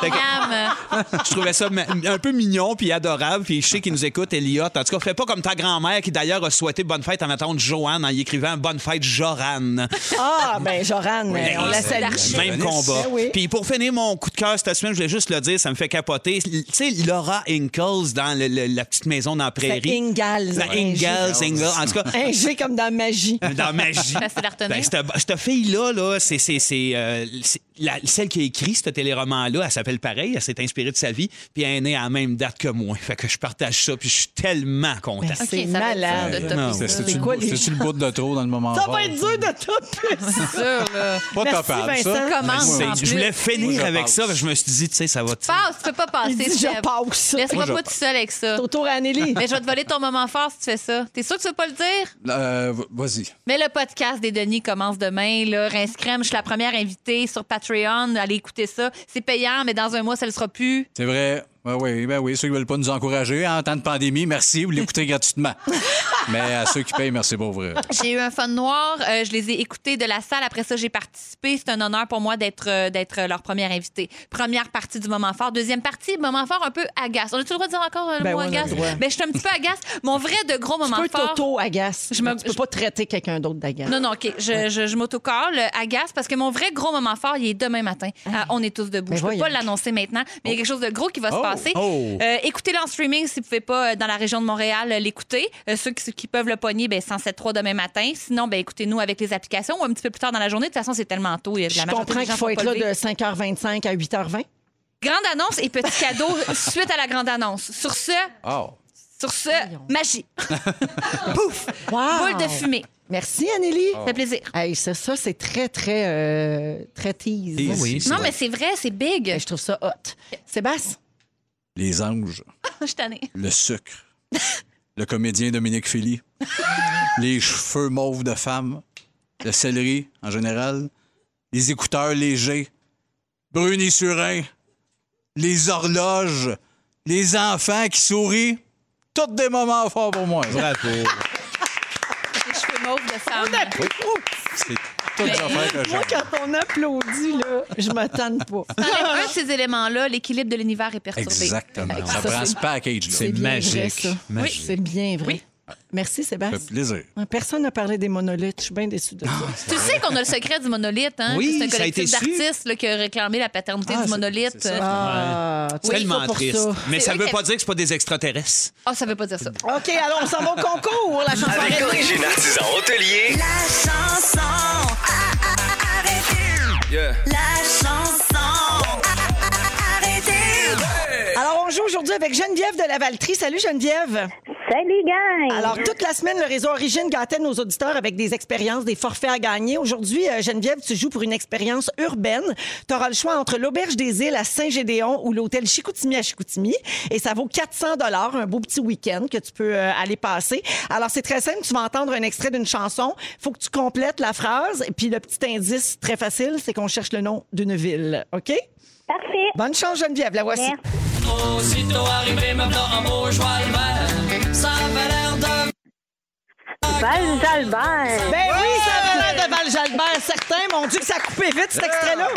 Fait que Cam. Je trouvais ça ma- un peu mignon puis adorable. Puis je sais qu'il nous écoute, Elliot. En tout cas, fais pas comme ta grand-mère qui d'ailleurs a souhaité bonne fête à ma tante Joanne en y écrivant Bonne fête Joran. Ah, ben, Joran, [laughs] euh, on la c'est salue. le Même combat. Ben oui. Puis pour finir mon coup de cœur cette semaine, je voulais juste le dire, ça me fait capoter. Tu sais, Laura Ingalls dans le- le- la petite maison dans la prairie. Ingalls. La Ingalls, Ingalls. En [laughs] tout cas, Un G comme dans magie. dans magie. Facile à retenir. Ben, cette, cette fille-là, là, c'est, c'est, c'est, euh, c'est la- celle qui a écrit ce téléroman-là, elle s'appelle pareil, elle s'est inspirée de sa vie, puis elle est née à la même date que moi. Fait que je partage ça, puis je suis tellement content. Ben, C'est Ok, ça va être malade. dur de Non. topper ça. C'était-tu C'est le, Ah, quoi, les c'était-tu le bout de trop dans le moment Ça fort? va être dur de tout. Sûr, là. Pas Merci, topable, Vincent. ça. Comment C'est- en plus? je voulais Moi, je finir avec passe. ça, parce que je me suis dit, tu sais, ça va. Passe, tu peux pas passer. Il dit, je Seb. passe. Laisse-moi Moi, je pas tout passe. seul avec ça. C'est au tour à Anneli. Mais je vais te voler ton moment fort si tu fais ça. T'es sûr que tu veux pas le dire? Euh, v- Vas-y. Mais le podcast des Denis commence demain. Là. Rince Crème, je suis la première invitée sur Patreon. Allez écouter ça. C'est payant, mais dans un mois, ça le sera plus. C'est vrai. Ben oui, ben oui, ceux qui veulent pas nous encourager hein, en temps de pandémie, merci, vous [laughs] l'écoutez gratuitement. Mais à ceux qui payent, merci pour vrai. J'ai eu un fun noir. Euh, je les ai écoutés de la salle. Après ça, j'ai participé. C'est un honneur pour moi d'être euh, d'être leur première invitée. Première partie du moment fort. Deuxième partie, moment fort un peu agace. On a-tu le droit de dire encore euh, le Ben mot oui, on a le agace? droit. Mais je suis un petit peu agace. Mon vrai de gros Tu moment peux fort. t'auto-agace. Je me- Tu peux pas traiter quelqu'un d'autre d'agace. Non, non, OK. Je, je, je m'autocolle, euh, agace, parce que mon vrai gros moment fort, il est demain matin. Ah, on est tous debout. Mais je peux voyons. pas l'annoncer maintenant, mais il y a quelque chose de gros qui va se passer. Oh. Euh, Écoutez-le en streaming si vous pouvez pas, euh, dans la région de Montréal, euh, l'écouter. Euh, ceux qui, qui peuvent le pogner, ben 107.3 demain matin. Sinon, ben écoutez-nous avec les applications ou un petit peu plus tard dans la journée. De toute façon, c'est tellement tôt. il y a- Je la majorité comprends des gens qu'il faut sont être pas là levés. de 5h25 à 8h20. Grande annonce et petit [laughs] cadeau suite à la grande annonce. Sur ce, Oh. sur ce, magie. Wow! Boule de fumée. Merci, Anneli. Ça fait plaisir. Hey, ça, ça, c'est très, très, euh, très tease. Tease. Ah oui, c'est Non, vrai. mais c'est vrai, c'est big. Je trouve ça hot. Sébastien? Les anges, [laughs] Je suis tannée. le sucre, le comédien Dominique Philly, les cheveux mauves de femme, le céleri en général, les écouteurs légers, Bruni Surin, les horloges, les enfants qui sourient. Tous des moments forts pour moi. Bravo. Les cheveux mauves de femme. C'est toutes les affaires que Moi, j'aime. quand on applaudit, là, je me tanne pas. T'enlèves un de ces éléments-là, l'équilibre de l'univers est perturbé. Exactement. Ça, Ça, prend c'est- ce package-là. C'est bien vrai, magique. ça. Magique. C'est bien vrai. Merci, Ça Sébastien. fait plaisir. Personne n'a parlé des monolithes. Je suis bien déçue Ah, de ça. Tu sais qu'on a le secret du monolithe, hein? Oui, c'est un ça a été collectif su. d'artistes là, qui a réclamé la paternité Ah, du c'est- monolithe. Euh, c'est ça. Ah, C'est tellement triste. Mais C'est ça eux ne veut qui pas avaient- dire que ce pas des extraterrestres. Ah, ça veut pas dire ça. OK, alors on s'en va au concours. La chanson Avec est- l'origine artisan hôtelier, La chanson. Arrêtez. La chanson. Arrêtez. Alors, on joue aujourd'hui avec Geneviève de la Valtrie. Salut, Geneviève. Salut, gang! Alors, toute la semaine, le réseau Origine gâtait nos auditeurs avec des expériences, des forfaits à gagner. Aujourd'hui, euh, Geneviève, tu joues pour une expérience urbaine. Tu auras le choix entre l'Auberge des Îles à Saint-Gédéon ou l'hôtel Chicoutimi à Chicoutimi. Et ça vaut 400 dollars, un beau petit week-end que tu peux euh, aller passer. Alors, c'est très simple. Tu vas entendre un extrait d'une chanson. faut que tu complètes la phrase. Et puis, le petit indice très facile, c'est qu'on cherche le nom d'une ville. OK? Parfait. Bonne chance, Geneviève. La voici. Merci. Val d'Albert. Ben oui, ça va de Val Jalbert, certain. Mon Dieu, que ça a coupé Ah! vite, cet extrait-là.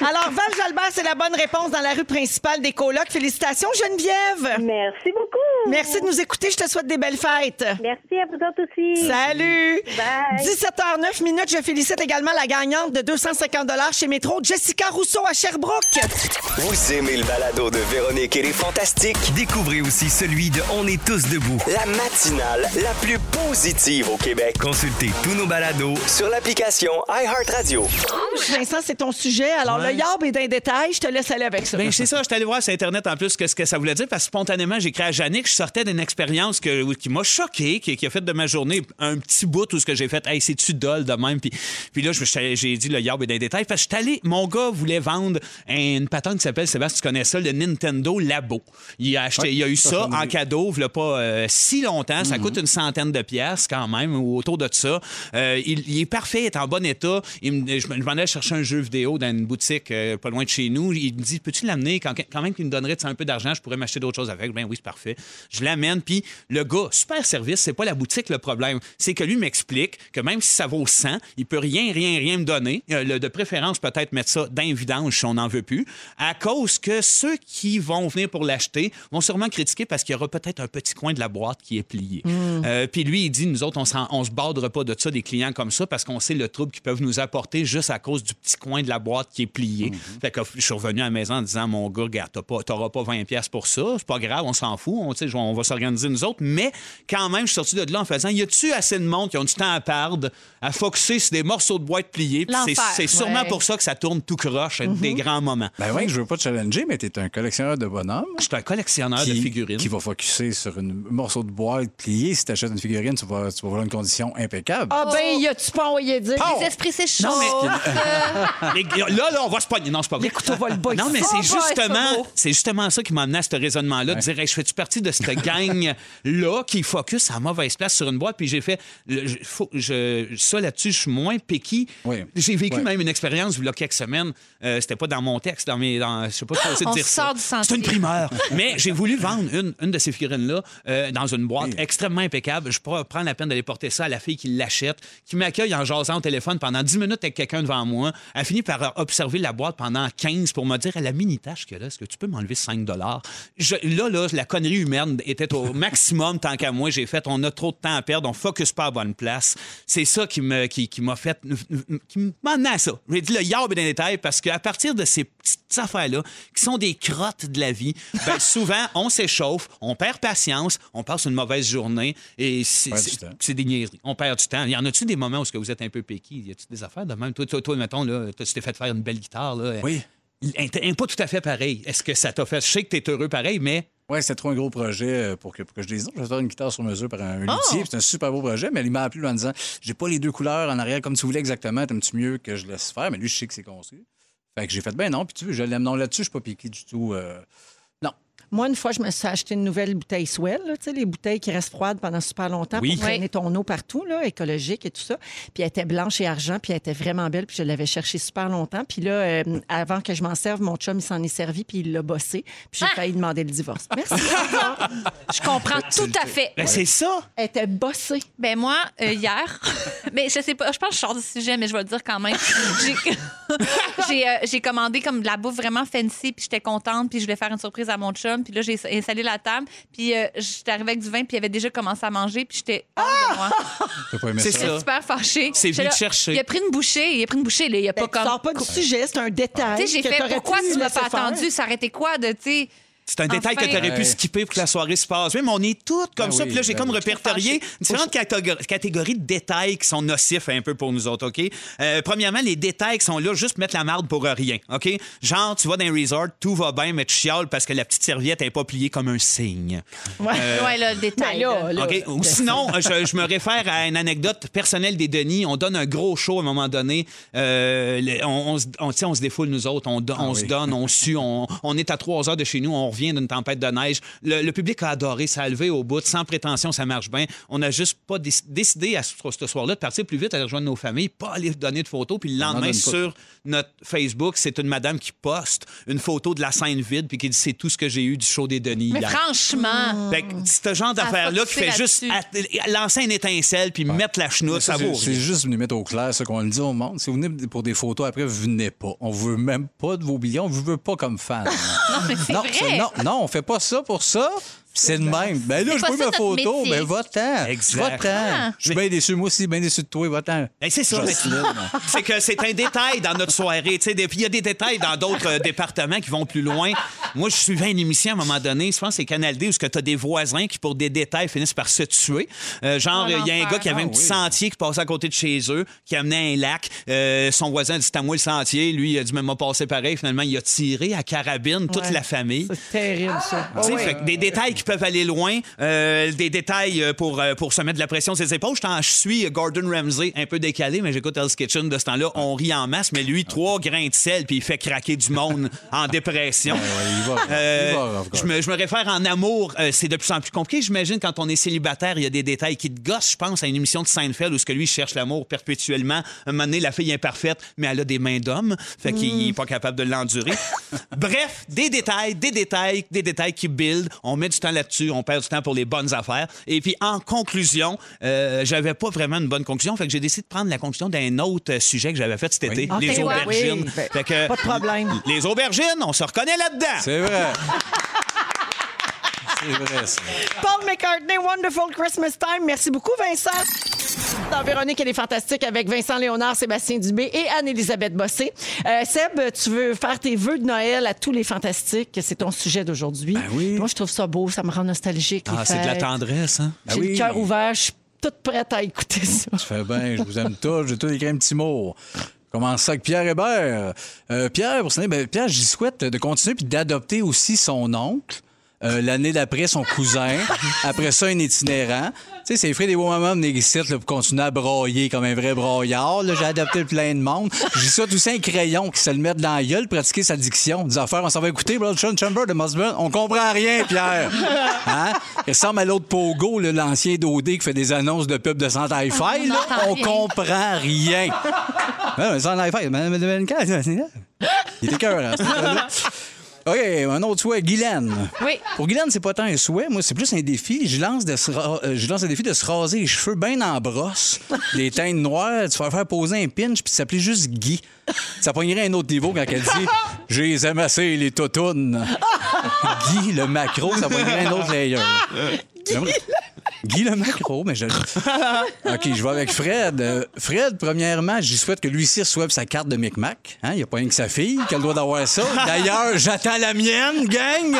Alors, Val Jalbert, c'est la bonne réponse dans la rue principale des colocs. Félicitations, Geneviève. Merci beaucoup. Merci de nous écouter. Je te souhaite des belles fêtes. Merci à vous autres aussi. Salut! Bye. 17h09 minutes. Je félicite également la gagnante de 250 chez Métro, Jessica Rousseau à Sherbrooke. vous aimez le balado de Véronique et les Fantastiques? Découvrez aussi celui de On est tous debout. La matinale la plus positive au Québec. Consultez tous nos balados Sur l'application iHeartRadio. Vincent, c'est ton sujet. Alors, Ouais. le yarb est d'un détail. Je te laisse aller avec ça. Ben, c'est ça, je suis allé voir sur Internet en plus que ce que ça voulait dire, parce que spontanément, j'ai écrit à Jannick, je sortais d'une expérience que, qui m'a choqué, qui, qui a fait de ma journée un petit bout où ce que j'ai fait, hey, c'est-tu dol de même? Puis, puis là, je- je- j'ai dit le yarb est d'un détail, parce que je suis allé, mon gars voulait vendre une patente qui s'appelle, Sébastien, tu connais ça, le Nintendo Labo. Il a acheté, Ouais, il a eu ça, Mm-hmm. ça j'en ai en vu. cadeau, il pas euh, si longtemps, ça coûte une centaine de pièces quand même, ou autour de ça. Euh, il, il est parfait, il est en bon état. Il me- je me- je m'en allais chercher un jeu vidéo dans une boutique euh, pas loin de chez nous. Il me dit Peux-tu l'amener Quand, quand même, qu'il me donnerait tu sais, un peu d'argent, je pourrais m'acheter d'autres choses avec. Ben oui, c'est parfait. Je l'amène, puis le gars, super service, c'est pas la boutique le problème. C'est que lui m'explique que même si ça vaut 100, il peut rien, rien, rien me donner. Euh, le- de préférence, peut-être mettre ça dans les vidanges si on n'en veut plus, à cause que ceux qui vont venir pour l'acheter vont sûrement critiquer parce qu'il y aura peut-être un petit coin de la boîte qui est plié. Euh, puis lui, il dit, nous autres, on s'en- on se bordera pas de ça, des clients comme ça, parce qu'on sait le trouble qu'ils peuvent nous apporter juste à cause du petit coin de la boîte qui est plié. Fait que je suis revenu à la maison en disant, mon gars, regarde, t'as pas- t'auras pas 20 pièces pour ça, c'est pas grave, on s'en fout, on, tu sais, on va s'organiser nous autres, mais quand même, je suis sorti de là en faisant, y a-tu assez de monde qui ont du temps à perdre à focusser sur des morceaux de boîte pliés? Puis c'est- L'enfer, C'est sûrement ouais. pour ça que ça tourne tout croche, des grands moments. Ben oui, je veux pas te challenger, mais t'es un collectionneur de bonhommes. Je suis un Ah, collectionneur de figurines. qui va focusser sur un morceau de boîte plié. Si tu achètes une figurine, tu vas, tu vas avoir une condition impeccable. Ah, ben, y a-tu pas envoyé dire? Les esprits s'échauffent. Les- là, là, on va se pogner. Non, c'est pas vrai. Les couteaux volent bas, Non, mais ils c'est sont bas, ils sont justement, beaux. c'est justement ça qui m'a amené à ce raisonnement-là, de dire, Hey, je fais-tu partie de cette gang-là qui focus à mauvaise place sur une boîte, puis j'ai fait, le- je- faut- je- ça là-dessus, je suis moins piqué. Oui. J'ai vécu Oui. même une expérience, il y a quelques semaines, euh, c'était pas dans mon texte, dans mes, dans, je sais pas si c'est possible de On dire sort ça. du sentier. C'est une [laughs] primeur. mais j'ai voulu vendre une, une de ces figurines-là euh, dans une boîte Oui. extrêmement impeccable. Je prends prends la peine d'aller porter ça à la fille qui l'achète, qui m'accueille en jasant au téléphone pendant 10 minutes avec quelqu'un devant moi. Elle finit par euh, observer la boîte pendant 15 pour me dire à la mini-tâche que là, est-ce que tu peux m'enlever 5 Je- Là, là, la connerie humaine était au maximum tant qu'à moi. J'ai fait, on a trop de temps à perdre, on focus pas à la bonne place. C'est ça qui me- qui- qui m'a fait, qui m'a amené à ça. J'ai dit le yard dans les détails parce qu'à partir de ces petites affaires-là, qui sont des crottes de la vie, [laughs] ben, souvent, on s'échauffe, on perd patience, on passe une mauvaise journée et c'est- perd du c'est temps. c'est des niaiseries. On perd du temps. Y en a-tu des moments où est-ce que vous êtes un peu péqué? Y a-tu des affaires de même? Toi, toi, toi mettons, là, toi, tu t'es fait faire une belle guitare. Là, Oui. Int- int- Pas tout à fait pareil. Est-ce que ça t'a fait. Je sais que t'es heureux pareil, mais. Ouais, c'était trop un gros projet euh, pour que, pour que je dise non, je vais faire une guitare sur mesure par un Oh! luthier. C'est un super beau projet, mais il m'a appelé en disant J'ai pas les deux couleurs en arrière comme tu voulais exactement, t'aimes-tu mieux que je laisse faire Mais lui, je sais que c'est conçu. Fait que j'ai fait Ben non, puis tu veux, je l'aime. Non, là-dessus, je suis pas piqué du tout. euh, Moi, une fois, je me suis acheté une nouvelle bouteille Swell, là, tu sais, les bouteilles qui restent froides pendant super longtemps Oui. pour traîner ton eau partout, là, écologique et tout ça. Puis elle était blanche et argent, puis elle était vraiment belle, puis je l'avais cherchée super longtemps. Puis là, euh, avant que je m'en serve, mon chum, il s'en est servi, puis il l'a bossé. Puis j'ai Ah! failli demander le divorce. [laughs] Merci. Je comprends tout à fait. Ben, c'est ça. Elle était bossée. Ben moi, euh, hier, [laughs] ben je sais pas, je pense que je sors du sujet, mais je vais le dire quand même. J'ai- [laughs] J'ai euh, j'ai commandé comme de la bouffe vraiment fancy, puis j'étais contente, puis je voulais faire une surprise à mon chum, puis là, j'ai installé la table, puis euh, j'étais arrivée avec du vin, puis il avait déjà commencé à manger, puis j'étais hors de moi. T'as pas aimé C'est J'étais ça. super fâchée. C'est J'étais venu là, te chercher. Il a pris une bouchée, il a pris une bouchée, là, il a pas comme... Ben, sors pas du sujet, c'est un détail. Tu sais, j'ai que fait t'aurais pourquoi pu tu m'as laisser pas faire. attendu, ça arrêtait quoi de, tu sais. C'est un détail que tu aurais pu Ouais. skipper pour que la soirée se passe. Oui, mais on est toutes comme Ben ça. oui, Puis là, j'ai ben comme oui. répertorié différentes catég- catégories de détails qui sont nocifs un peu pour nous autres, OK? Euh, premièrement, les détails qui sont là juste pour mettre la marde pour rien, OK? Genre, tu vas dans un resort, tout va bien, mais tu chiales parce que la petite serviette n'est pas pliée comme un signe. Ouais, Euh, là, Ben le détail. Ben, là. OK. Ou sinon, euh, je, je me réfère à une anecdote personnelle des Denis. On donne un gros show à un moment donné. Euh, le- on, on se- on- tu sais, on se défoule, nous autres. On, do- Ah on se donne, on sue. On, on est à trois heures de chez nous. On revient d'une tempête de neige. Le, le public a adoré. Ça a levé au bout. Sans prétention, ça marche bien. On n'a juste pas déc- décidé à ce, ce soir-là de partir plus vite, aller rejoindre nos familles, pas aller donner de photos. Puis le en lendemain, donne pas. sur notre Facebook, c'est une madame qui poste une photo de la scène vide puis qui dit c'est tout ce que j'ai eu du show des Denis. Mais hier. Mm. franchement. Fait que ce genre Mm. Ça a d'affaire-là qui fait focusé juste at- lancer une étincelle puis mettre la chenoute, ça c'est- vaut C'est rien. juste nous mettre au clair, ce qu'on le dit au monde. Si vous venez pour des photos après, venez pas. On veut même pas de vos billets, on vous veut pas comme fan. Non, mais [laughs] [laughs] c'est non, vrai. c'est- non, non, on fait pas ça pour ça. C'est le même. Ben là, C'est je pas peux ça ma notre photo. métier. Ben, va-t'en. Exact. Va-t'en. Ah. Je suis bien déçu. Moi aussi, bien déçu de [laughs] toi. Va-t'en. Ben, c'est ça. Jocelyne. [laughs] C'est que c'est un détail dans notre soirée. tu sais, des- Puis il y a des détails dans d'autres euh, départements qui vont plus loin. Moi, je suivais une émission à un moment donné, je pense que c'est Canal D, où tu as des voisins qui, pour des détails, finissent par se tuer. Euh, genre, Ah, il y a un l'enfer. gars qui avait Ah, un petit oui. sentier qui passait à côté de chez eux, qui amenait un lac. Euh, son voisin a dit C'est à moi le sentier. Lui, il a dit Mais m'a passé pareil. Finalement, il a tiré à carabine toute Ouais. la famille. C'est terrible, ça. Tu sais, Ah oui. fait que des détails qui peuvent aller loin, euh, des détails euh, pour, euh, pour se mettre de la pression sur ses épaules. Je t'en- je suis euh, Gordon Ramsay, un peu décalé, mais j'écoute Hell's Kitchen de ce temps-là. On rit en masse, mais lui, trois grains de sel, puis il fait craquer du monde en dépression. Ben il va, Euh, il va, je, me, je me réfère en amour, euh, c'est de plus en plus compliqué. J'imagine quand on est célibataire, il y a des détails qui te gossent. Je pense à une émission de Seinfeld où ce que lui cherche l'amour perpétuellement. Un moment donné, la fille est imparfaite, mais elle a des mains d'homme, fait Mm. qu'il n'est pas capable de [laughs] l'endurer. Bref, des détails, des détails, des détails qui build. On met du temps là-dessus, on perd du temps pour les bonnes affaires. Et puis en conclusion, euh, j'avais pas vraiment une bonne conclusion, fait que j'ai décidé de prendre la conclusion d'un autre euh, sujet que j'avais fait cet été, Ok, les ouais. aubergines. Ah, Oui, ben, Fait que- pas de problème. Les aubergines, on se reconnaît là-dedans. C'est vrai. C'est vrai, ça. Paul McCartney, Wonderful Christmas Time. Merci beaucoup, Vincent. Dans Véronique, elle est fantastique avec Vincent Léonard, Sébastien Dubé et Anne-Élisabeth Bossé. Euh, Seb, tu veux faire tes vœux de Noël à tous les fantastiques. C'est ton sujet d'aujourd'hui. Ben Moi, je trouve ça beau. Ça me rend nostalgique. les Ah, c'est de la fêtes. tendresse, hein? Ben J'ai le cœur ouvert. Je suis toute prête à écouter [laughs] ça. Tu fais bien, je vous aime tous, j'ai tous écrit un petit mot. Commence ça avec Pierre Hébert. Euh, Pierre, pour s'en aller, ben, Pierre, j'y souhaite de continuer puis d'adopter aussi son oncle. euh, L'année d'après, son cousin. Après ça, un itinérant. Tu sais, c'est Fred et Womaman venir ici là, pour continuer à brailler comme un vrai broyard. là. J'ai adopté plein de monde. J'y souhaite aussi un crayon qui se le mette dans la gueule, pratiquer sa diction. Des affaires, on s'en va écouter, Brother Sean Chamber de Mosman. On comprend rien, Pierre. Hein? Il ressemble à l'autre Pogo, là, l'ancien Dodé qui fait des annonces de pub de Santa Hi-Fi. là. On On n'entend comprend rien. Ah, hein, Non, mais Santa Hi-Fi, madame de Benca, c'est- Il était cœur, OK, un autre souhait, Guylaine. Oui. Pour Guylaine, c'est pas tant un souhait, moi, c'est plus un défi. Je lance, de se ra- euh, je lance un défi de se raser les cheveux bien en brosse, les teintes noires, tu vas faire poser un pinch, puis s'appeler juste Guy. Ça pognerait un autre niveau quand elle dit J'ai les aime assez, les totounes. Guy le macro, ça pognerait un autre layer. J'aimerais- Guy le macro, mais je. OK, je vais avec Fred. Euh, Fred, premièrement, j'y souhaite que lui-ci reçoive sa carte de Micmac. Hein, il n'y a pas rien que sa fille qu'elle doit d'avoir ça. D'ailleurs, j'attends la mienne, gang!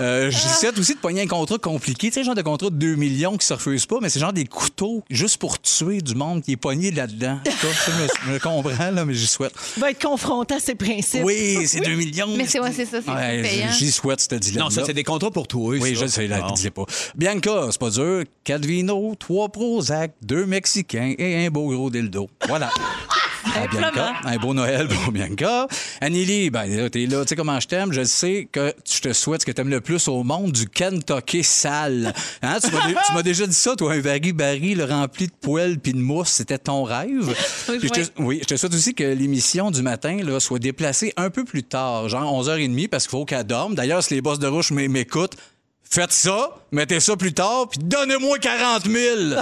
Euh, je lui souhaite aussi de pogner un contrat compliqué. Tu sais, genre de contrat de 2 millions qui se refuse pas, mais c'est genre des couteaux juste pour tuer du monde qui est pogné là-dedans. En tout cas, ça, Je me- je me comprends, là, mais j'y souhaite. Tu vas être confronté à ces principes. Oui, c'est 2 millions. Mais c'est ouais, c'est ça, c'est Ouais, plus payant. J'y souhaite cette dilemme Non, ça, c'est des contrats pour toi. Oui, ça. je le sais, là, Bon. dis-les pas. Bianca, c'est pas dur. Quatre vinos, trois Prozac, deux Mexicains et un beau gros dildo. Voilà. Ah, Bianca, un beau Noël pour Bianca. Anneli, ben là, t'es là, tu sais comment je t'aime. Je sais que je te souhaite ce que t'aimes le plus au monde, du Kentucky sale. Hein, tu m'as dé- tu m'as déjà dit ça, toi, un baril-baril le rempli de poêle puis de mousse, c'était ton rêve. Oui, Puis je te- oui, je te souhaite aussi que l'émission du matin là, soit déplacée un peu plus tard, genre 11h30, parce qu'il faut qu'elle dorme. D'ailleurs, si les boss de rouge m'é- m'écoutent, faites ça, mettez ça plus tard, puis donnez-moi 40 000!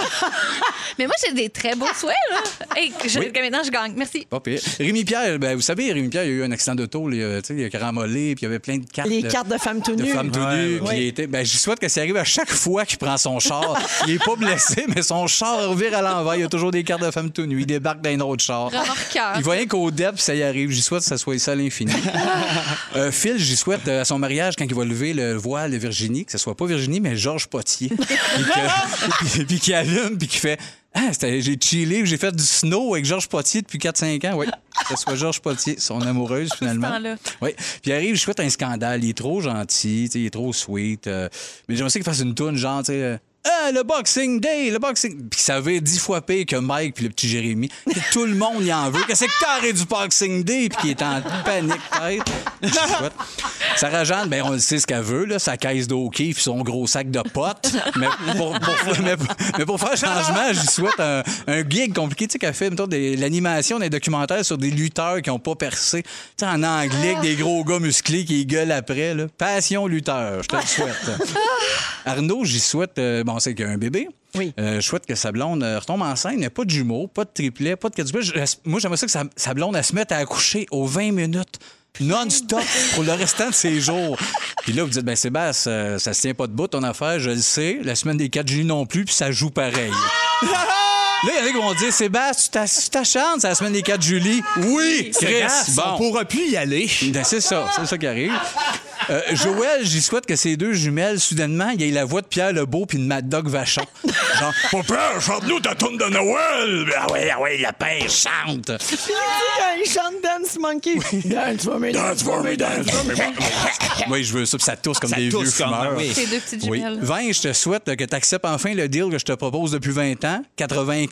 Mais moi, j'ai des très beaux souhaits, là. Hey, je, Oui. que maintenant, je gagne. Merci. Pas pire. Rémi Pierre, ben, vous savez, Rémi Pierre, il y a eu un accident d'auto, là, euh, tu sais, il a carambolé, puis il y avait plein de cartes. Les là, cartes de femmes tout de nues. femmes [laughs] tout nues, puis ouais. il était- ben, j'y souhaite que ça arrive à chaque fois qu'il prend son char. il est pas blessé, mais son char revire à l'envers. Il y a toujours des cartes de femmes tout nues. Il débarque d'un autre char. Remarqueur. Il voit rien qu'au DEP, ça y arrive. J'y souhaite que ça soit ça à l'infini. Euh, Phil, j'y souhaite euh, à son mariage, quand il va lever le voile de Virginie, que ce soit pas Virginie, mais Georges Potier. puis que- puis- puis qu'il allume, puis qu'il fait Ah, c'était- j'ai chillé, puis j'ai fait du snow avec Georges Potier depuis 4-5 ans. Oui, que ce soit Georges Potier, son amoureuse finalement. temps-là. Oui. Puis il arrive, je souhaite un scandale. Il est trop gentil, tu sais, il est trop sweet. euh, mais j'aimerais ça qu'il fasse une toune genre, tu sais. euh, Ah, le Boxing Day, le Boxing. Puis ça avait dix fois pire que Mike puis le petit Jérémy. Puis tout le monde y en veut. Qu'est-ce que t'arrêtes du Boxing Day? Puis qui est en panique, peut-être. [laughs] Je souhaite. Sarah Jeanne, ben, on le sait ce qu'elle veut, là. Sa caisse d'hockey puis son gros sac de potes. Mais pour, pour- mais, mais pour faire changement, j'y souhaite un, un gig compliqué. Tu sais, qu'elle fait, mettons, des- l'animation des documentaires sur des lutteurs qui n'ont pas percé. Tu sais, en anglais, avec des gros gars musclés qui gueulent après, là. Passion lutteur, je te le souhaite. Arnaud, j'y souhaite, euh, bon, c'est qu'il y a un bébé. Oui. Euh, je souhaite que sa blonde euh, retombe enceinte, mais pas de jumeaux, pas de triplet, pas de quadruplet. Je- je- Moi, j'aimerais ça que sa, sa blonde, elle se mette à accoucher aux 20 minutes non-stop pour le restant de ses jours. Puis là, vous dites, ben Sébastien, euh, ça se tient pas de bout ton affaire, je le sais. La semaine des 4 juillet non plus, puis ça joue pareil. Là, il y en a qui vont dire, Sébastien, tu t'as- tu t'acharnes, c'est la semaine des 4 juillet. Oui, Chris, Grâce, bon. On pourra plus y aller. Ben, c'est ça, c'est ça qui arrive. Euh, Joël, j'y souhaite que ces deux jumelles, soudainement, il y ait la voix de Pierre Lebeau puis de Mad Dog Vachon. Genre, Pas peur, chante-nous ta tourne de Noël! Ah ouais, ah ouais, la paix chante! Puis il dit qu'il y a un chant de Dance Monkey. Dance for me, dance for me, dance for me. [laughs] Oui, je veux ça, puis ça tousse comme Ça des tousse vieux comme- fumeurs. oui. Ces deux petites Oui. jumelles. Vin, je te souhaite là, que tu acceptes enfin le deal que je te propose depuis 20 ans,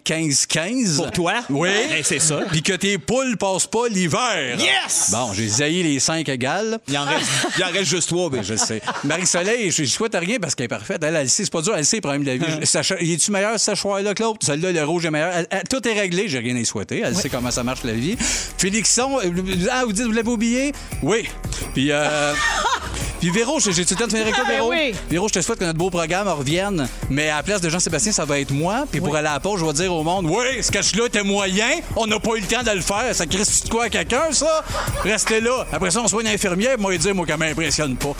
95-15. Pour toi? Oui. Ben, c'est ça. Puis que tes poules passent pas l'hiver. Yes! Bon, j'ai zaillé les 5 égales. Il en reste, il en reste juste trois, ben. Je le sais. Marie-Soleil, je ne souhaite rien parce qu'elle est parfaite. Elle, elle le sait, c'est pas dur, elle le sait, le problème de la Hein. vie. Je- Sacha- Il est-tu meilleur, ce choix-là, que l'autre? Celle-là, le rouge est meilleur. Elle- elle- tout est réglé, j'ai rien à y souhaiter. Elle sait comment ça marche, la vie. Félixon, euh, ah, vous dites, vous l'avez oublié? Oui. Puis, euh, Puis Véro, j'ai j'ai-tu le temps de finir avec toi, Ben Véro? oui. Véro, je te souhaite que notre beau programme revienne, mais à la place de Jean-Sébastien, ça va être moi. Puis pour aller à la pause, je vais dire au monde, oui, ce cache-là était moyen, on n'a pas eu le temps de le faire. Ça crée de quoi à quelqu'un, ça? Restez là. Après ça, on soigne l'infirmière, puis moi, il dit, moi, qu'elle m'impressionne pas.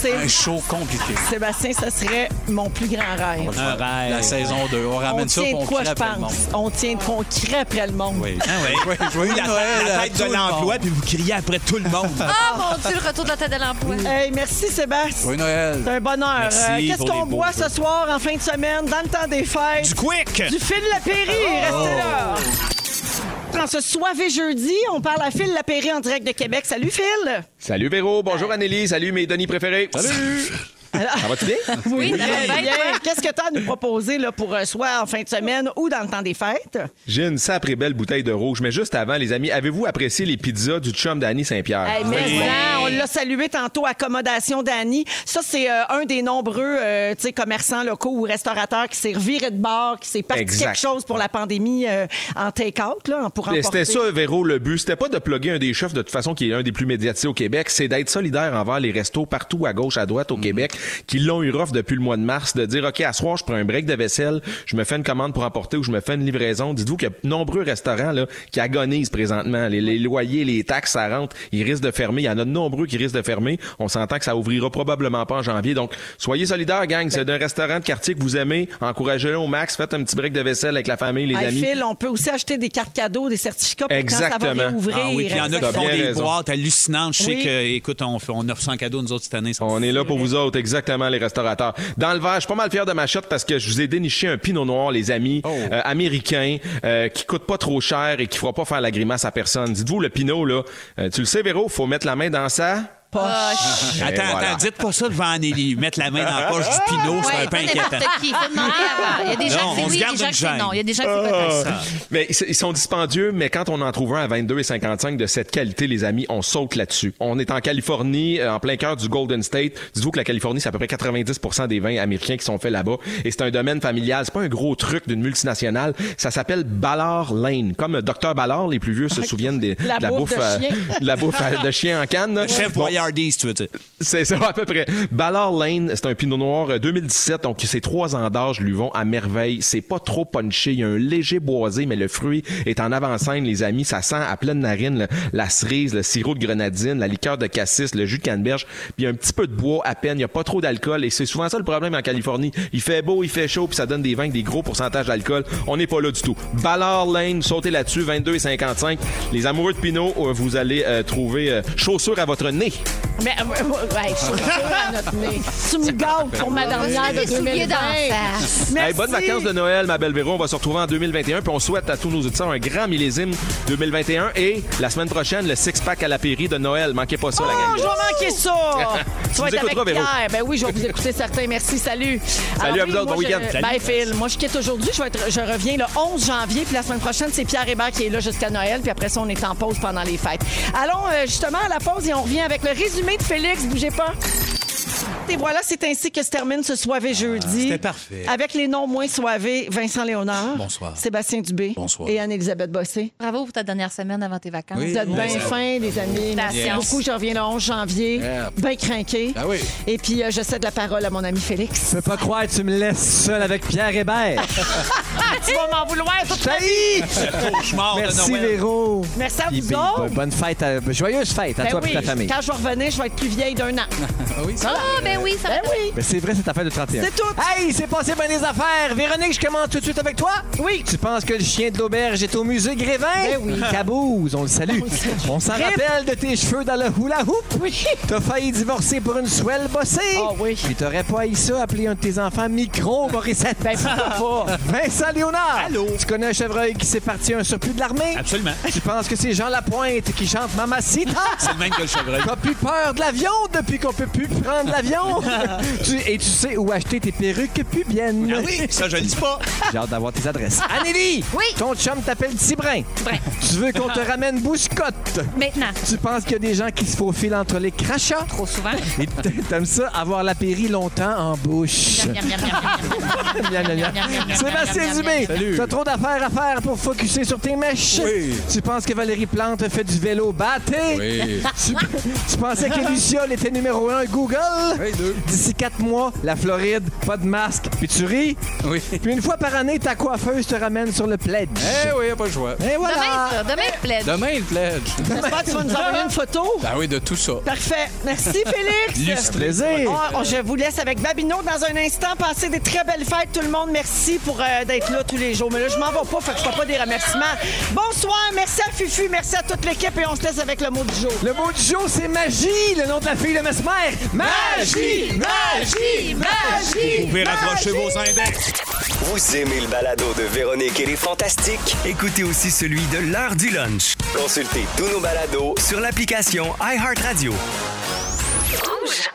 C'est- un show compliqué. Sébastien, ça serait mon plus grand rêve. Un rêve. La saison 2. On ramène on ça, tient puis on de quoi, crée je après le monde. pense. On tient de quoi, on crée après le monde. Oui. Ah ouais. Oui, joyeux La, Noël la à tête tout de le monde. l'emploi, puis vous criez après tout le monde. [laughs] Ah, mon Dieu, le retour de la tête de l'emploi. Hey, merci, Sébastien. Joyeux Noël. C'est un bonheur. Merci Euh, Qu'est-ce pour les qu'on beaux boit jeux. ce soir en fin de semaine, dans le temps des fêtes? du quick! Du Phil Lapéry, Oh! restez là. Dans ce soivé jeudi, on parle à Phil Lapéry en direct de Québec. Salut Phil! Salut Véro, bonjour Anneli, salut mes Denis préférés. Salut! Ça va-tu bien? Oui, bien, bien. Qu'est-ce que tu as à nous proposer là, pour euh, soit en fin de semaine ou dans le temps des fêtes? J'ai une sacrée belle bouteille de rouge, mais juste avant, les amis, avez-vous apprécié les pizzas du chum d'Annie Saint-Pierre? Hey, mais ça, on l'a salué tantôt, accommodation d'Annie. Ça, c'est euh, un des nombreux euh, tu sais, commerçants locaux ou restaurateurs qui s'est reviré de bord, qui s'est parti Exact. quelque chose pour la pandémie euh, en take-out, là, pour Mais emporter. C'était ça, Véro, le but. C'était pas de plugger un des chefs, de toute façon, qui est un des plus médiatisés au Québec. C'est d'être solidaire envers les restos partout, à gauche, à droite, au Québec, qui l'ont eu rough depuis le mois de mars, de dire, OK, à soir, je prends un break de vaisselle, je me fais une commande pour emporter ou je me fais une livraison. Dites-vous qu'il y a nombreux restaurants là, qui agonisent présentement. Les, les loyers, les taxes, ça rentre. Ils risquent de fermer. Il y en a de nombreux qui risquent de fermer. On s'entend que ça ouvrira probablement pas en janvier. Donc, soyez solidaires, gang. C'est d'un restaurant de quartier que vous aimez. Encouragez-le au max. Faites un petit break de vaisselle avec la famille, les Hey, amis. Phil, on peut aussi acheter des cartes cadeaux, des certificats pour quand ça va Exactement. réouvrir. Ah oui, puis il y en a T'as qui font bien des raison. boîtes hallucinantes. Je sais Oui. que, écoute, on, fait- on offre 100 cadeaux, nous autres, cette année. On est là pour vous autres, exactement, les restaurateurs. Dans le verre, je suis pas mal fier de ma shot parce que je vous ai déniché un pinot noir, les amis, euh, américain, euh, qui coûte pas trop cher et qui fera pas faire la grimace à personne. Dites-vous, le pinot, là, euh, tu le sais, Véro, faut mettre la main dans ça. Poche. Attends, Et voilà. attends, dites pas ça devant Anneli. Mettre la main dans la poche du pinot, c'est un peu inquiétant. qui. Faut demander avant. Il y a des gens Non, qui on disent se oui, garde des gens une qui disent gêne. non. Il y a des gens qui veulent pas Ah. ça. Mais ils ils sont dispendieux, mais quand on en trouve un à 22 et 55 de cette qualité, les amis, on saute là-dessus. On est en Californie, euh, en plein cœur du Golden State. Dites-vous que la Californie, c'est à peu près 90% des vins américains qui sont faits là-bas. Et c'est un domaine familial. C'est pas un gros truc d'une multinationale. Ça s'appelle Ballard Lane. Comme Dr Ballard, les plus vieux se souviennent des- La de [laughs] la bouffe bouffe, de euh, [laughs] chien. de la bouffe euh, de chien en canne. là. Chef Bon. Boyardise, tu veux dire. C'est ça, à peu près. Ballard Lane, c'est un pinot noir euh, 2017, donc ses trois ans d'âge lui vont à merveille. C'est pas trop punché, il y a un léger boisé, mais le fruit est en avant-scène, les amis. Ça sent à pleine narine le- la cerise, le sirop de grenadine, la liqueur de cassis, le jus de canneberge, puis un petit peu de bois à peine. Il y a pas trop d'alcool et c'est souvent ça le problème en Californie. Il fait beau, il fait chaud, puis ça donne des vins avec des gros pourcentages d'alcool. On n'est pas là du tout. Ballard Lane, sautez là-dessus, 22 et 55. Les amoureux de pinot, euh, vous allez euh, trouver euh, chaussures à votre nez. Mais, euh, euh, ouais, je suis sûre à notre nez. Tu me gâtes pour ma dernière de Des souliers 2020. Hey, bonnes vacances de Noël, ma belle Véro. On va se retrouver en 2021. Puis on souhaite à tous nos auditeurs un grand millésime 2021. Et la semaine prochaine, le six-pack à l'apéry de Noël. Manquez pas ça, la Oh, gang. je vais manquer [laughs] ça! Tu tu vas nous être avec écouteras, Véro. Pierre. Ben oui, je vais vous écouter certains. Merci, salut. Salut à vous oui, autres, moi, bon je- week-end. Bye, Salut. Phil. Moi, je quitte aujourd'hui. Je, vais être- je reviens le 11 janvier. Puis la semaine prochaine, c'est Pierre Hébert qui est là jusqu'à Noël. Puis après ça, on est en pause pendant les fêtes. Allons euh, justement à la pause et on revient avec le résumé de Félix. Bougez pas. Et voilà, c'est ainsi que se termine ce soirée jeudi. c'était parfait. Avec les noms moins soivés, Vincent Léonard. Bonsoir. Sébastien Dubé. Bonsoir. Et Anne-Elisabeth Bossé. Bravo pour ta dernière semaine avant tes vacances. Vous êtes bien fin, les amis. Merci Yes. beaucoup. Je reviens le 11 janvier. Yeah. Bien craqué. Ben Ah oui. Et puis, euh, je cède la parole à mon ami Félix. Je peux pas croire que tu me laisses seul avec Pierre [laughs] Hébert. tu vas m'en vouloir toute ta vie. Merci Véro. Merci à Puis, vous puis, autres. Bonne fête, à- joyeuse fête à Ben toi et oui, ta famille. Quand je vais revenir, je vais être plus vieille d'un an. oui, Ah, Oh, ben oui, ça va. Mais c'est vrai, cette affaire de 31. C'est tout. Hey, c'est passé bien des affaires. Véronique, je commence tout de suite avec toi. Oui. Tu penses que le chien de l'auberge est au musée Grévin? Ben oui. Cabouze, on le salue. On s'en rappelle de tes cheveux dans le hula hoop. Oui. T'as failli divorcer pour une swell bossée. Ah oui. Puis t'aurais pas eu ça, appeler un de tes enfants micro, Boris Ben, pourquoi pas? Vincent Léonard. Allô. Tu connais un chevreuil qui s'est parti un surplus de l'armée? Absolument. Tu penses que c'est Jean Lapointe qui chante Mamacita? [laughs] C'est le même que le chevreuil. T'as plus peur de l'avion depuis qu'on peut plus prendre l'avion. [laughs] Tu- et tu sais où acheter tes perruques pubiennes. Ah oui, ça, je le dis pas. J'ai hâte d'avoir tes [laughs] adresses. Anneli! Oui? Ton chum t'appelle Tibrin. Tu veux qu'on te ramène Bouscotte. Maintenant. Tu penses qu'il y a des gens qui se faufilent entre les crachats? Trop souvent. Et t- t'aimes ça, avoir l'apéri longtemps [laughs] en bouche. Miam, miam, miam, Miam, miam, miam. Miam, miam, miam, Sébastien miam, miam, Dubé, miam, miam. t'as trop d'affaires à faire pour focuser sur tes mèches. Tu penses que Valérie Plante fait du vélo batté. Oui. Tu, tu pensais que Luciole était numéro un Google. D'ici quatre mois, la Floride, pas de masque, puis tu ris. Puis une fois par année, ta coiffeuse te ramène sur le pledge. Eh oui, y a pas le choix. Et voilà. Demain, ça. Demain, le plaid. Demain, il pledge. J'espère que tu vas nous envoyer une photo. Ah oui, de tout ça. Parfait. [laughs] Merci, Félix. Lustré. Plaisir. Oh, oh, je vous laisse avec Babino dans un instant. Passez des très belles fêtes, tout le monde. Merci pour euh, d'être là tous les jours. Mais là, je m'en vais pas, fait que je fais pas des remerciements. Bonsoir. Merci à Fufu. Merci à toute l'équipe. Et on se laisse avec le mot du jour. Le mot du jour, c'est magie. Le nom de la fille de Mesmer. Magie! Magie! Magie! Vous pouvez rapprocher vos index. Vous aimez le balado de Véronique et les Fantastiques? Écoutez aussi celui de l'heure du lunch Consultez tous nos balados sur l'application iHeartRadio. Rouge.